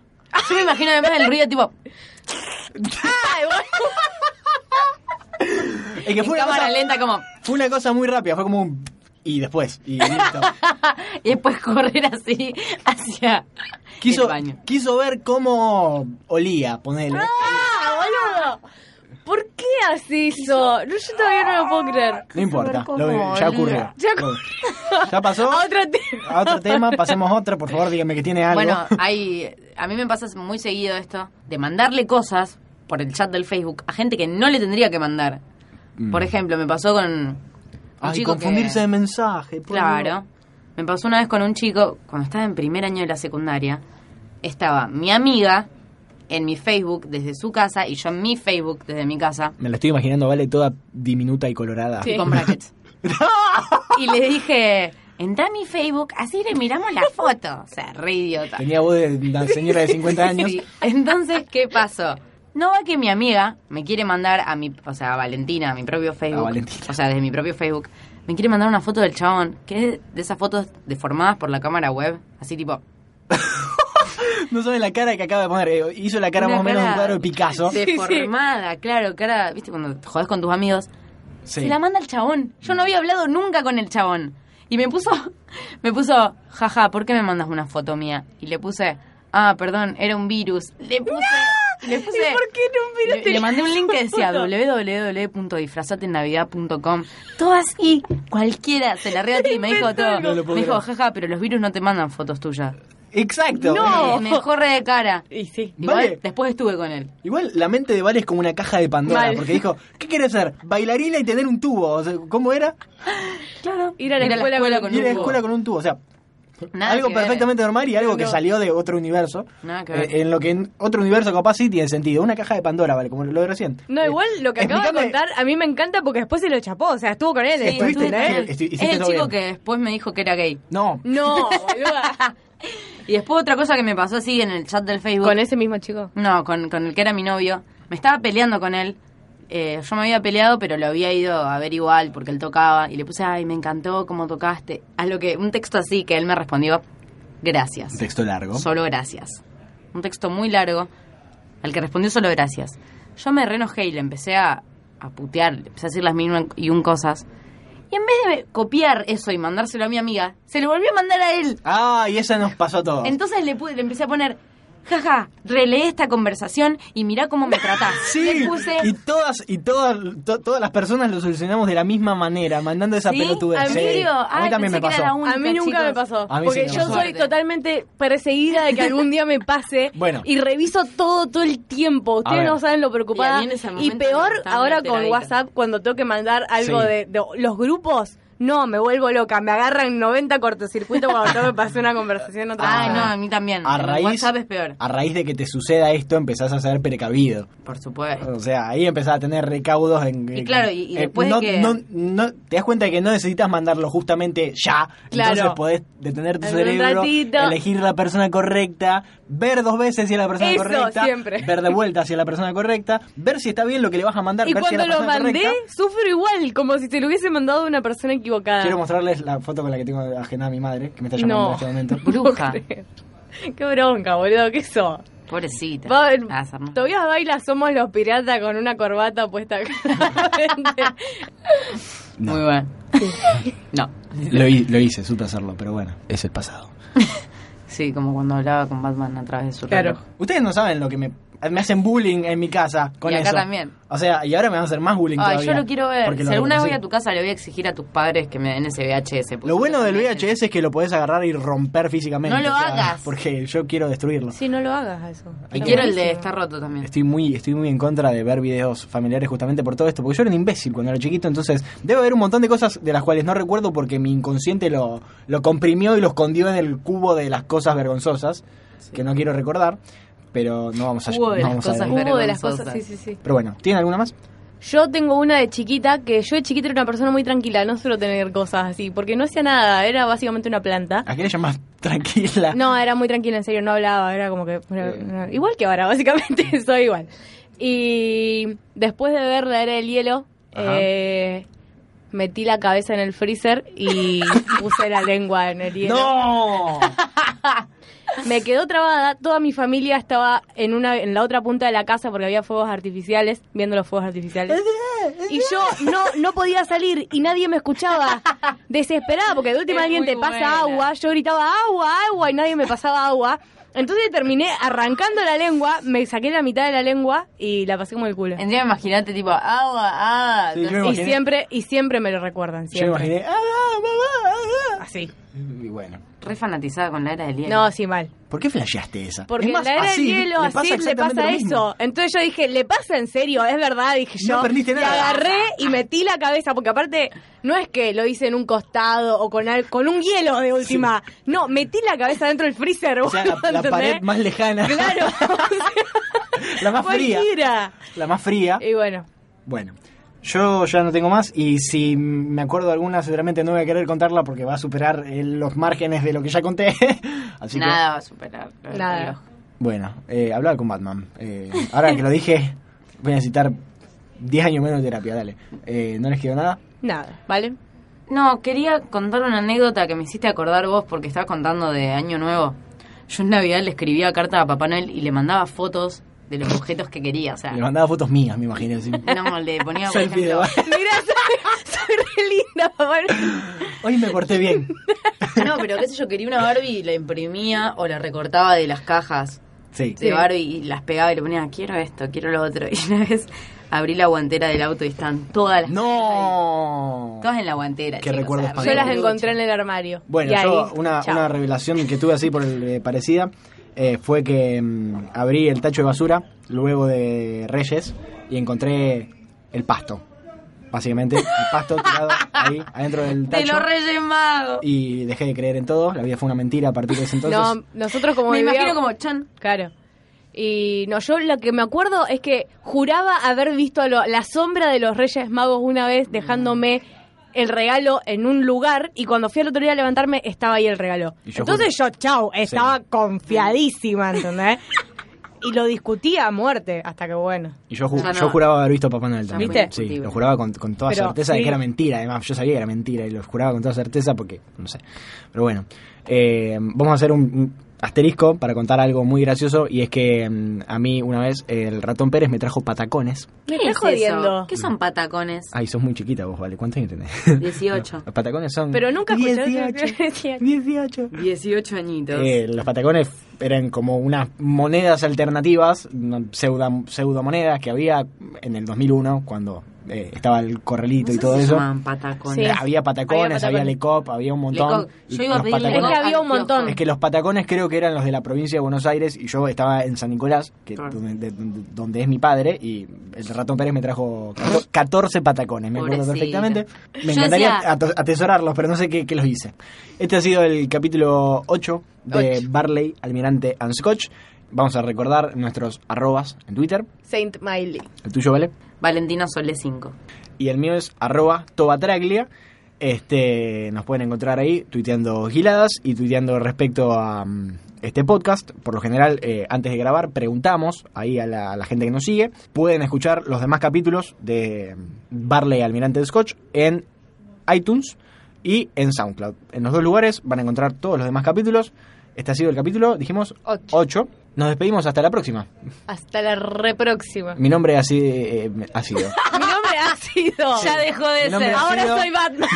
[SPEAKER 2] Yo me imagino además el ruido tipo
[SPEAKER 3] Es que
[SPEAKER 2] en
[SPEAKER 3] fue una,
[SPEAKER 2] cámara
[SPEAKER 3] cosa,
[SPEAKER 2] lenta como
[SPEAKER 3] fue una cosa muy rápida. Fue como un. Y después. Y listo.
[SPEAKER 2] y después correr así hacia el
[SPEAKER 3] Quiso,
[SPEAKER 2] baño.
[SPEAKER 3] quiso ver cómo olía, ponele.
[SPEAKER 4] ¡Ah, boludo! ¿Por qué así eso? No, yo todavía no lo puedo creer.
[SPEAKER 3] No importa,
[SPEAKER 2] Cómo
[SPEAKER 3] lo-
[SPEAKER 2] olía.
[SPEAKER 3] ya ocurrió.
[SPEAKER 4] Ya
[SPEAKER 3] Lo- ya pasó.
[SPEAKER 4] A otro tema.
[SPEAKER 3] A otro tema, pasemos a otro, por favor, dígame que tiene algo.
[SPEAKER 2] Bueno, hay a mí me pasa muy seguido esto de mandarle cosas por el chat del Facebook a gente que no le tendría que mandar. Por ejemplo, me pasó con un
[SPEAKER 3] Ay,
[SPEAKER 2] chico que-
[SPEAKER 3] confundirse de mensaje. por
[SPEAKER 2] Claro. Me pasó una vez con un chico, cuando estaba en primer año de la secundaria, estaba mi amiga en mi Facebook desde su casa y yo en mi Facebook desde mi casa,
[SPEAKER 3] Dios. Me la estoy imaginando, vale, toda diminuta y colorada.
[SPEAKER 4] Sí.
[SPEAKER 2] con brackets. y le dije, entra a mi Facebook, así le miramos la foto. O sea, re idiota.
[SPEAKER 3] Tenía voz de una señora de 50 años.
[SPEAKER 2] Sí. Entonces, ¿qué pasó? No va que mi amiga me quiere mandar a mi, o sea, a Valentina, a mi propio Facebook.
[SPEAKER 3] A Valentina.
[SPEAKER 2] O sea, desde mi propio Facebook. Me quiere mandar una foto del chabón, que es de esas fotos deformadas por la cámara web. Así tipo,
[SPEAKER 3] No saben la cara que acaba de poner. eh, Hizo la cara
[SPEAKER 2] Una
[SPEAKER 3] más o menos de un
[SPEAKER 2] cara
[SPEAKER 3] cuadro de Picasso.
[SPEAKER 2] Deformada, claro, cara, viste, cuando te jodés con tus amigos.
[SPEAKER 3] Sí.
[SPEAKER 2] Se la manda el chabón. Yo no había hablado nunca con el chabón. Y me puso, me puso, jaja, ¿por qué me mandas una foto mía? Y le puse, ah, perdón, era un virus. Le puse, le puse,
[SPEAKER 4] ¿Y por qué no
[SPEAKER 2] le,
[SPEAKER 4] miraste
[SPEAKER 2] le mandé un link que decía
[SPEAKER 4] foto?
[SPEAKER 2] www.disfrazatenavidad.com. Todo así, cualquiera, se la regaté y me dijo todo.
[SPEAKER 3] No lo puedo
[SPEAKER 2] me dijo,
[SPEAKER 3] creer.
[SPEAKER 2] jaja, pero los virus no te mandan fotos tuyas.
[SPEAKER 3] Exacto.
[SPEAKER 4] No.
[SPEAKER 2] Me corre de cara.
[SPEAKER 4] Y sí.
[SPEAKER 2] Igual,
[SPEAKER 3] Vale.
[SPEAKER 2] después estuve con él.
[SPEAKER 3] Igual la mente de Vale es como una caja de Pandora,
[SPEAKER 4] Mal.
[SPEAKER 3] porque dijo, ¿qué quiere ser? Bailarina y tener un tubo. O sea, ¿Cómo era?
[SPEAKER 2] Claro.
[SPEAKER 4] Ir a la escuela con
[SPEAKER 2] un
[SPEAKER 3] Ir a la
[SPEAKER 2] tubo.
[SPEAKER 3] escuela con un tubo. O sea,
[SPEAKER 2] Nada
[SPEAKER 3] algo
[SPEAKER 2] que ver.
[SPEAKER 3] perfectamente normal y algo que
[SPEAKER 4] No.
[SPEAKER 3] salió de otro universo.
[SPEAKER 2] Nada que
[SPEAKER 3] Eh,
[SPEAKER 2] ver.
[SPEAKER 3] en lo que en otro universo capaz sí tiene sentido. Una caja de Pandora, vale, como lo de recién.
[SPEAKER 4] No,
[SPEAKER 3] Eh,
[SPEAKER 4] igual lo que acabo de
[SPEAKER 3] explícame-
[SPEAKER 4] contar, a mí me encanta porque después se lo chapó, o sea, estuvo con él.
[SPEAKER 2] Sí,
[SPEAKER 4] después.
[SPEAKER 3] estuviste,
[SPEAKER 2] estuve con
[SPEAKER 3] ¿no?
[SPEAKER 2] él.
[SPEAKER 3] Estu-
[SPEAKER 2] Es
[SPEAKER 3] hiciste
[SPEAKER 2] el
[SPEAKER 3] todo
[SPEAKER 2] chico
[SPEAKER 3] bien.
[SPEAKER 2] que después me dijo que era gay.
[SPEAKER 3] No.
[SPEAKER 4] No, boluda.
[SPEAKER 2] Y después otra cosa que me pasó así en el chat del Facebook.
[SPEAKER 4] ¿Con ese mismo chico?
[SPEAKER 2] No, con, con el que era mi novio. Me estaba peleando con él. Eh, yo me había peleado, pero lo había ido a ver igual porque él tocaba. Y le puse, ay, me encantó cómo tocaste. A lo que, un texto así que él me respondió, gracias.
[SPEAKER 3] Un texto largo.
[SPEAKER 2] Solo gracias. Un texto muy largo al que respondió solo gracias. Yo me renojé y le empecé a, a putear, le empecé a decir las mil y un cosas. Y en vez de copiar eso y mandárselo a mi amiga, se lo volvió a mandar a él.
[SPEAKER 3] Ah, y esa nos pasó a todos.
[SPEAKER 2] Entonces le, pude- le empecé a poner, jaja, relee esta conversación y mirá cómo me tratás.
[SPEAKER 3] Sí,
[SPEAKER 2] Le puse,
[SPEAKER 3] y todas y todas to- todas las personas lo solucionamos de la misma manera, mandando esa
[SPEAKER 2] ¿Sí?
[SPEAKER 3] pelotudez.
[SPEAKER 2] ¿En
[SPEAKER 3] Sí,
[SPEAKER 2] serio?
[SPEAKER 3] A mí
[SPEAKER 2] Ay,
[SPEAKER 3] también me
[SPEAKER 2] pensé que era la
[SPEAKER 3] pasó.
[SPEAKER 2] única,
[SPEAKER 4] A mí nunca
[SPEAKER 2] chicos.
[SPEAKER 4] me pasó.
[SPEAKER 3] A mí sí
[SPEAKER 4] Porque
[SPEAKER 3] me
[SPEAKER 4] yo
[SPEAKER 3] pasó.
[SPEAKER 4] soy totalmente perseguida de que algún día me pase.
[SPEAKER 3] Bueno.
[SPEAKER 4] Y reviso todo, todo el tiempo. Ustedes
[SPEAKER 3] ver.
[SPEAKER 4] no saben lo
[SPEAKER 2] Y a
[SPEAKER 4] preocupada.
[SPEAKER 2] mí en ese
[SPEAKER 4] Y,
[SPEAKER 2] momento
[SPEAKER 4] peor
[SPEAKER 2] estaba muy
[SPEAKER 4] ahora con
[SPEAKER 2] alteradita.
[SPEAKER 4] WhatsApp, cuando tengo que mandar algo
[SPEAKER 3] Sí.
[SPEAKER 4] de, de los grupos. No, me vuelvo loca. Me agarran 90 cortocircuitos cuando tengo que pasar una conversación otra
[SPEAKER 3] Ah,
[SPEAKER 2] Ay,
[SPEAKER 4] vez.
[SPEAKER 2] no, a mí también.
[SPEAKER 3] A
[SPEAKER 2] En
[SPEAKER 3] raíz, Ah.
[SPEAKER 2] WhatsApp es peor.
[SPEAKER 3] a raíz de que te suceda esto, empezás a ser precavido.
[SPEAKER 2] Por supuesto.
[SPEAKER 3] O sea, ahí empezás a tener recaudos en...
[SPEAKER 2] Y claro, y- y
[SPEAKER 3] eh,
[SPEAKER 2] después de
[SPEAKER 3] no,
[SPEAKER 2] que-
[SPEAKER 3] no- no- te das cuenta de que no necesitas mandarlo justamente ya.
[SPEAKER 4] Claro.
[SPEAKER 3] Entonces podés detener tu
[SPEAKER 4] Algún
[SPEAKER 3] cerebro,
[SPEAKER 4] ratito.
[SPEAKER 3] elegir la persona correcta, ver dos veces si es la persona
[SPEAKER 4] Eso,
[SPEAKER 3] correcta,
[SPEAKER 4] siempre.
[SPEAKER 3] ver de vuelta si es la persona correcta, ver si está bien lo que le vas a mandar,
[SPEAKER 4] Y
[SPEAKER 3] ver si es
[SPEAKER 4] cuando
[SPEAKER 3] la
[SPEAKER 4] lo
[SPEAKER 3] persona
[SPEAKER 4] mandé,
[SPEAKER 3] correcta.
[SPEAKER 4] sufro igual, como si se lo hubiese mandado a una persona equivocada.
[SPEAKER 3] Quiero mostrarles la foto con la que tengo ajenada a mi madre, que me está
[SPEAKER 4] No.
[SPEAKER 3] llamando en este momento.
[SPEAKER 2] Bruja.
[SPEAKER 4] Qué bronca, boludo, qué eso.
[SPEAKER 2] Pobrecita.
[SPEAKER 4] Va-
[SPEAKER 2] Ah, Sarna.
[SPEAKER 4] Todavía baila Somos los Piratas con una corbata puesta claramente.
[SPEAKER 3] No.
[SPEAKER 2] Muy bueno. no.
[SPEAKER 3] Lo, hi- lo hice, supe hacerlo, pero bueno, es el pasado.
[SPEAKER 2] Sí, como cuando hablaba con Batman a través de su
[SPEAKER 4] Claro.
[SPEAKER 2] reloj.
[SPEAKER 3] Ustedes no saben lo que me, me hacen bullying en mi casa con
[SPEAKER 2] Y acá
[SPEAKER 3] eso.
[SPEAKER 2] también.
[SPEAKER 3] O sea, y ahora me van a hacer más bullying
[SPEAKER 2] Ay,
[SPEAKER 3] todavía,
[SPEAKER 2] yo lo quiero ver.
[SPEAKER 3] porque lo
[SPEAKER 2] Si alguna vez
[SPEAKER 3] reconocí.
[SPEAKER 2] voy a tu casa, le voy a exigir a tus padres que me den ese VHS. porque
[SPEAKER 3] Lo bueno del
[SPEAKER 2] me-
[SPEAKER 3] VHS es que lo podés agarrar y romper físicamente.
[SPEAKER 2] No lo hagas.
[SPEAKER 3] Porque yo quiero destruirlo.
[SPEAKER 4] Sí, no lo hagas a eso.
[SPEAKER 2] Y
[SPEAKER 4] Está
[SPEAKER 2] quiero el de
[SPEAKER 4] buenísimo.
[SPEAKER 2] Está roto también.
[SPEAKER 3] Estoy muy, estoy muy en contra de ver videos familiares justamente por todo esto, porque yo era un imbécil cuando era chiquito, entonces debe haber un montón de cosas de las cuales no recuerdo porque mi inconsciente lo, lo comprimió y lo escondió en el cubo de las cosas vergonzosas, que no quiero recordar, pero no vamos a
[SPEAKER 2] Cubo de las
[SPEAKER 3] no vamos a
[SPEAKER 2] cosas
[SPEAKER 3] ir.
[SPEAKER 4] Hubo de las
[SPEAKER 2] vergonzosa.
[SPEAKER 4] cosas, sí, sí, sí.
[SPEAKER 3] Pero bueno, ¿tienen alguna más?
[SPEAKER 4] Yo tengo una de chiquita que yo de chiquita era una persona muy tranquila, no suelo tener cosas así, porque no hacía nada, era básicamente una planta.
[SPEAKER 3] Aquella ya más tranquila.
[SPEAKER 4] No, era muy tranquila, en serio, no hablaba, era como que... era- era- igual que ahora, básicamente, soy igual. Y después de ver la era del hielo,
[SPEAKER 3] Ajá.
[SPEAKER 4] eh, metí la cabeza en el freezer y puse la lengua en el hielo.
[SPEAKER 3] ¡No!
[SPEAKER 4] Me quedó trabada, toda mi familia estaba en una en la otra punta de la casa porque había fuegos artificiales, viendo los fuegos artificiales. Y yo no no podía salir y nadie me escuchaba. Desesperada porque de última
[SPEAKER 1] Es
[SPEAKER 4] alguien
[SPEAKER 1] muy
[SPEAKER 4] te pasa
[SPEAKER 1] buena.
[SPEAKER 4] agua, yo gritaba agua, agua y nadie me pasaba agua. Entonces terminé arrancando la lengua, me saqué la mitad de la lengua y la pasé como el culo.
[SPEAKER 2] Encima imagínate, tipo, agua, ah, agua.
[SPEAKER 3] Sí, yo me
[SPEAKER 4] Y
[SPEAKER 3] imaginé-
[SPEAKER 4] siempre y siempre me lo recuerdan,
[SPEAKER 3] Yo me
[SPEAKER 4] siempre.
[SPEAKER 3] imaginé, ¡ah, mamá! ah, ah".
[SPEAKER 4] Así.
[SPEAKER 3] Y bueno.
[SPEAKER 2] Re fanatizada con la era del hielo.
[SPEAKER 4] No, sí mal.
[SPEAKER 3] ¿Por qué flasheaste esa?
[SPEAKER 4] Porque
[SPEAKER 3] Es más,
[SPEAKER 4] la era
[SPEAKER 3] así
[SPEAKER 4] del hielo, así le
[SPEAKER 3] exactamente
[SPEAKER 4] pasa
[SPEAKER 3] lo mismo.
[SPEAKER 4] eso. Entonces yo dije, le pasa en serio, es verdad, dije
[SPEAKER 3] No
[SPEAKER 4] yo.
[SPEAKER 3] perdiste
[SPEAKER 4] y
[SPEAKER 3] nada.
[SPEAKER 4] agarré y metí la cabeza, porque aparte no es que lo hice en un costado o con, al- con un hielo de última. No, metí la cabeza dentro del freezer,
[SPEAKER 3] O sea, la,
[SPEAKER 4] boludo,
[SPEAKER 3] la
[SPEAKER 4] ¿entendés?
[SPEAKER 3] pared más lejana,
[SPEAKER 4] Claro,
[SPEAKER 3] la más fría.
[SPEAKER 4] cualquiera.
[SPEAKER 3] La más fría.
[SPEAKER 4] Y bueno,
[SPEAKER 3] Bueno, yo ya no tengo más y si me acuerdo de alguna seguramente no voy a querer contarla porque va a superar eh, los márgenes de lo que ya conté. Así
[SPEAKER 2] Nada va a superar. el
[SPEAKER 4] Nada.
[SPEAKER 2] reloj.
[SPEAKER 3] que, bueno, eh, hablaba con Batman. Eh, ahora que lo dije, voy a necesitar 10 años menos de terapia, dale. Eh, ¿No les quedó nada?
[SPEAKER 4] nada, ¿vale?
[SPEAKER 2] No, quería contar una anécdota que me hiciste acordar vos porque estabas contando de Año Nuevo. Yo en Navidad le escribía carta a Papá Noel y le mandaba fotos de los objetos que quería. O sea,
[SPEAKER 3] Le mandaba fotos mías, me imagino. así.
[SPEAKER 2] no, le ponía, por
[SPEAKER 3] Selfie de
[SPEAKER 2] ejemplo,
[SPEAKER 3] Batman.
[SPEAKER 4] Mira, soy, soy re linda, papá.
[SPEAKER 3] Hoy me porté bien.
[SPEAKER 2] No, pero qué sé yo, quería una Barbie y la imprimía o la recortaba de las cajas
[SPEAKER 3] Sí.
[SPEAKER 2] de Barbie y las pegaba y le ponía, quiero esto, quiero lo otro. Y una vez abrí la guantera del auto y están todas las
[SPEAKER 3] ¡No!
[SPEAKER 2] todas en la guantera.
[SPEAKER 3] Qué
[SPEAKER 2] chicos,
[SPEAKER 3] recuerdos
[SPEAKER 2] o sea,
[SPEAKER 4] Yo las
[SPEAKER 2] re
[SPEAKER 4] encontré en el armario.
[SPEAKER 3] Bueno,
[SPEAKER 4] Y ahí,
[SPEAKER 3] yo una,
[SPEAKER 4] chao.
[SPEAKER 3] una revelación que tuve así por el, eh, parecida eh, fue que mm, abrí el tacho de basura luego de Reyes y encontré el pasto. Básicamente, el pasto tirado ahí adentro del
[SPEAKER 2] De
[SPEAKER 3] tacho.
[SPEAKER 2] los Reyes Magos.
[SPEAKER 3] Y dejé de creer en todo, la vida fue una mentira a partir de ese entonces.
[SPEAKER 4] No, nosotros como
[SPEAKER 2] me imagino
[SPEAKER 4] vivíamos-
[SPEAKER 2] como Chan.
[SPEAKER 4] Claro. Y no, yo lo que me acuerdo es que juraba haber visto lo- la sombra de los Reyes Magos una vez dejándome el regalo en un lugar y cuando fui al otro día a levantarme estaba ahí el regalo.
[SPEAKER 3] Y yo
[SPEAKER 4] Entonces yo, chau, estaba confiadísima, ¿entendés? Y lo discutía a muerte, hasta que bueno.
[SPEAKER 3] Y yo, ju-
[SPEAKER 2] Ya no.
[SPEAKER 3] yo juraba haber visto a Papá Noel también.
[SPEAKER 4] ¿Viste?
[SPEAKER 3] Sí, lo juraba con, con toda
[SPEAKER 4] Pero,
[SPEAKER 3] certeza de
[SPEAKER 4] sí.
[SPEAKER 3] que era mentira. Además, yo sabía que era mentira y lo juraba con toda certeza porque, no sé. Pero bueno, eh, vamos a hacer un- un asterisco para contar algo muy gracioso y es que mm, a mí una vez el ratón Pérez me trajo patacones.
[SPEAKER 4] Me
[SPEAKER 2] ¿Qué
[SPEAKER 4] estás
[SPEAKER 2] es
[SPEAKER 4] jodiendo.
[SPEAKER 2] eso? ¿Qué son patacones?
[SPEAKER 3] Ay, sos muy chiquita vos, ¿vale? ¿Cuántos años tenés?
[SPEAKER 2] 18.
[SPEAKER 3] Los patacones son...
[SPEAKER 4] Pero nunca escuché
[SPEAKER 3] 18. 18.
[SPEAKER 2] 18 añitos.
[SPEAKER 3] Eh, los patacones eran como unas monedas alternativas, una pseuda, pseudomonedas que había en el 2001 cuando eh, estaba el corralito y todo eso.
[SPEAKER 4] Sí.
[SPEAKER 2] patacones.
[SPEAKER 3] Había patacones,
[SPEAKER 4] Había
[SPEAKER 3] había,
[SPEAKER 4] patacones.
[SPEAKER 3] Lecop, había un montón.
[SPEAKER 2] Leco-
[SPEAKER 3] y
[SPEAKER 2] yo iba a
[SPEAKER 3] los
[SPEAKER 2] pedirle
[SPEAKER 4] Es que
[SPEAKER 3] patacones-
[SPEAKER 4] había un montón.
[SPEAKER 3] es que los patacones creo que eran los de la provincia de Buenos Aires y yo estaba en San Nicolás, que
[SPEAKER 2] Claro.
[SPEAKER 3] donde, de- donde- donde es mi padre, y el ratón Pérez me trajo 14 patacones, me acuerdo
[SPEAKER 2] Pobrecito.
[SPEAKER 3] perfectamente.
[SPEAKER 2] Yo
[SPEAKER 3] Me encantaría
[SPEAKER 2] decía-
[SPEAKER 3] ato- atesorarlos, pero no sé qué, qué los hice. Este ha sido el capítulo 8 de
[SPEAKER 2] Ocho.
[SPEAKER 3] Barley, Almirante and Scotch. Vamos a recordar nuestros arrobas en Twitter.
[SPEAKER 4] Saint Miley.
[SPEAKER 3] El tuyo, ¿vale?
[SPEAKER 2] Valentino Sole 5.
[SPEAKER 3] y el mío es arroba tobatraglia. Este, nos pueden encontrar ahí tuiteando giladas y tuiteando respecto a mm, este podcast. Por lo general, eh, antes de grabar, preguntamos ahí a la, a la gente que nos sigue. Pueden escuchar los demás capítulos de mm, Barley y Almirante de Scotch en iTunes y en SoundCloud. En los dos lugares van a encontrar todos los demás capítulos. Este ha sido el capítulo, dijimos
[SPEAKER 4] Ocho.
[SPEAKER 3] 8. Nos despedimos hasta la próxima.
[SPEAKER 4] Hasta la repróxima.
[SPEAKER 3] Mi nombre ha sido. eh, ha sido.
[SPEAKER 4] Mi nombre ha sido.
[SPEAKER 2] Ya dejó de
[SPEAKER 3] Mi nombre
[SPEAKER 2] ser.
[SPEAKER 3] ha
[SPEAKER 4] Ahora
[SPEAKER 3] sido-
[SPEAKER 4] soy Batman.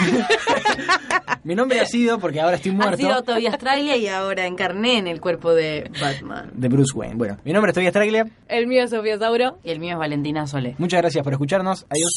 [SPEAKER 3] Mi nombre ha sido porque ahora estoy
[SPEAKER 2] Ha sido
[SPEAKER 3] muerto.
[SPEAKER 2] Toby Australia y ahora encarné en el cuerpo de Batman.
[SPEAKER 3] De Bruce Wayne. Bueno, mi nombre es Tobias Traglia.
[SPEAKER 4] El mío es Sofía Sauro.
[SPEAKER 2] Y el mío es Valentina Solé.
[SPEAKER 3] Muchas gracias por escucharnos. Adiós.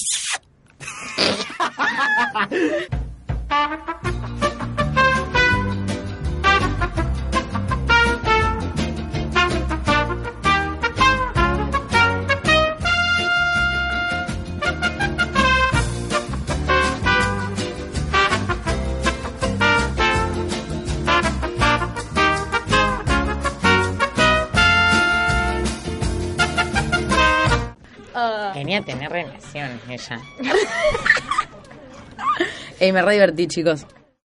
[SPEAKER 4] Ah.
[SPEAKER 2] Quería
[SPEAKER 4] Eh,
[SPEAKER 2] tener relaciones ella. Ey, me re divertí, chicos.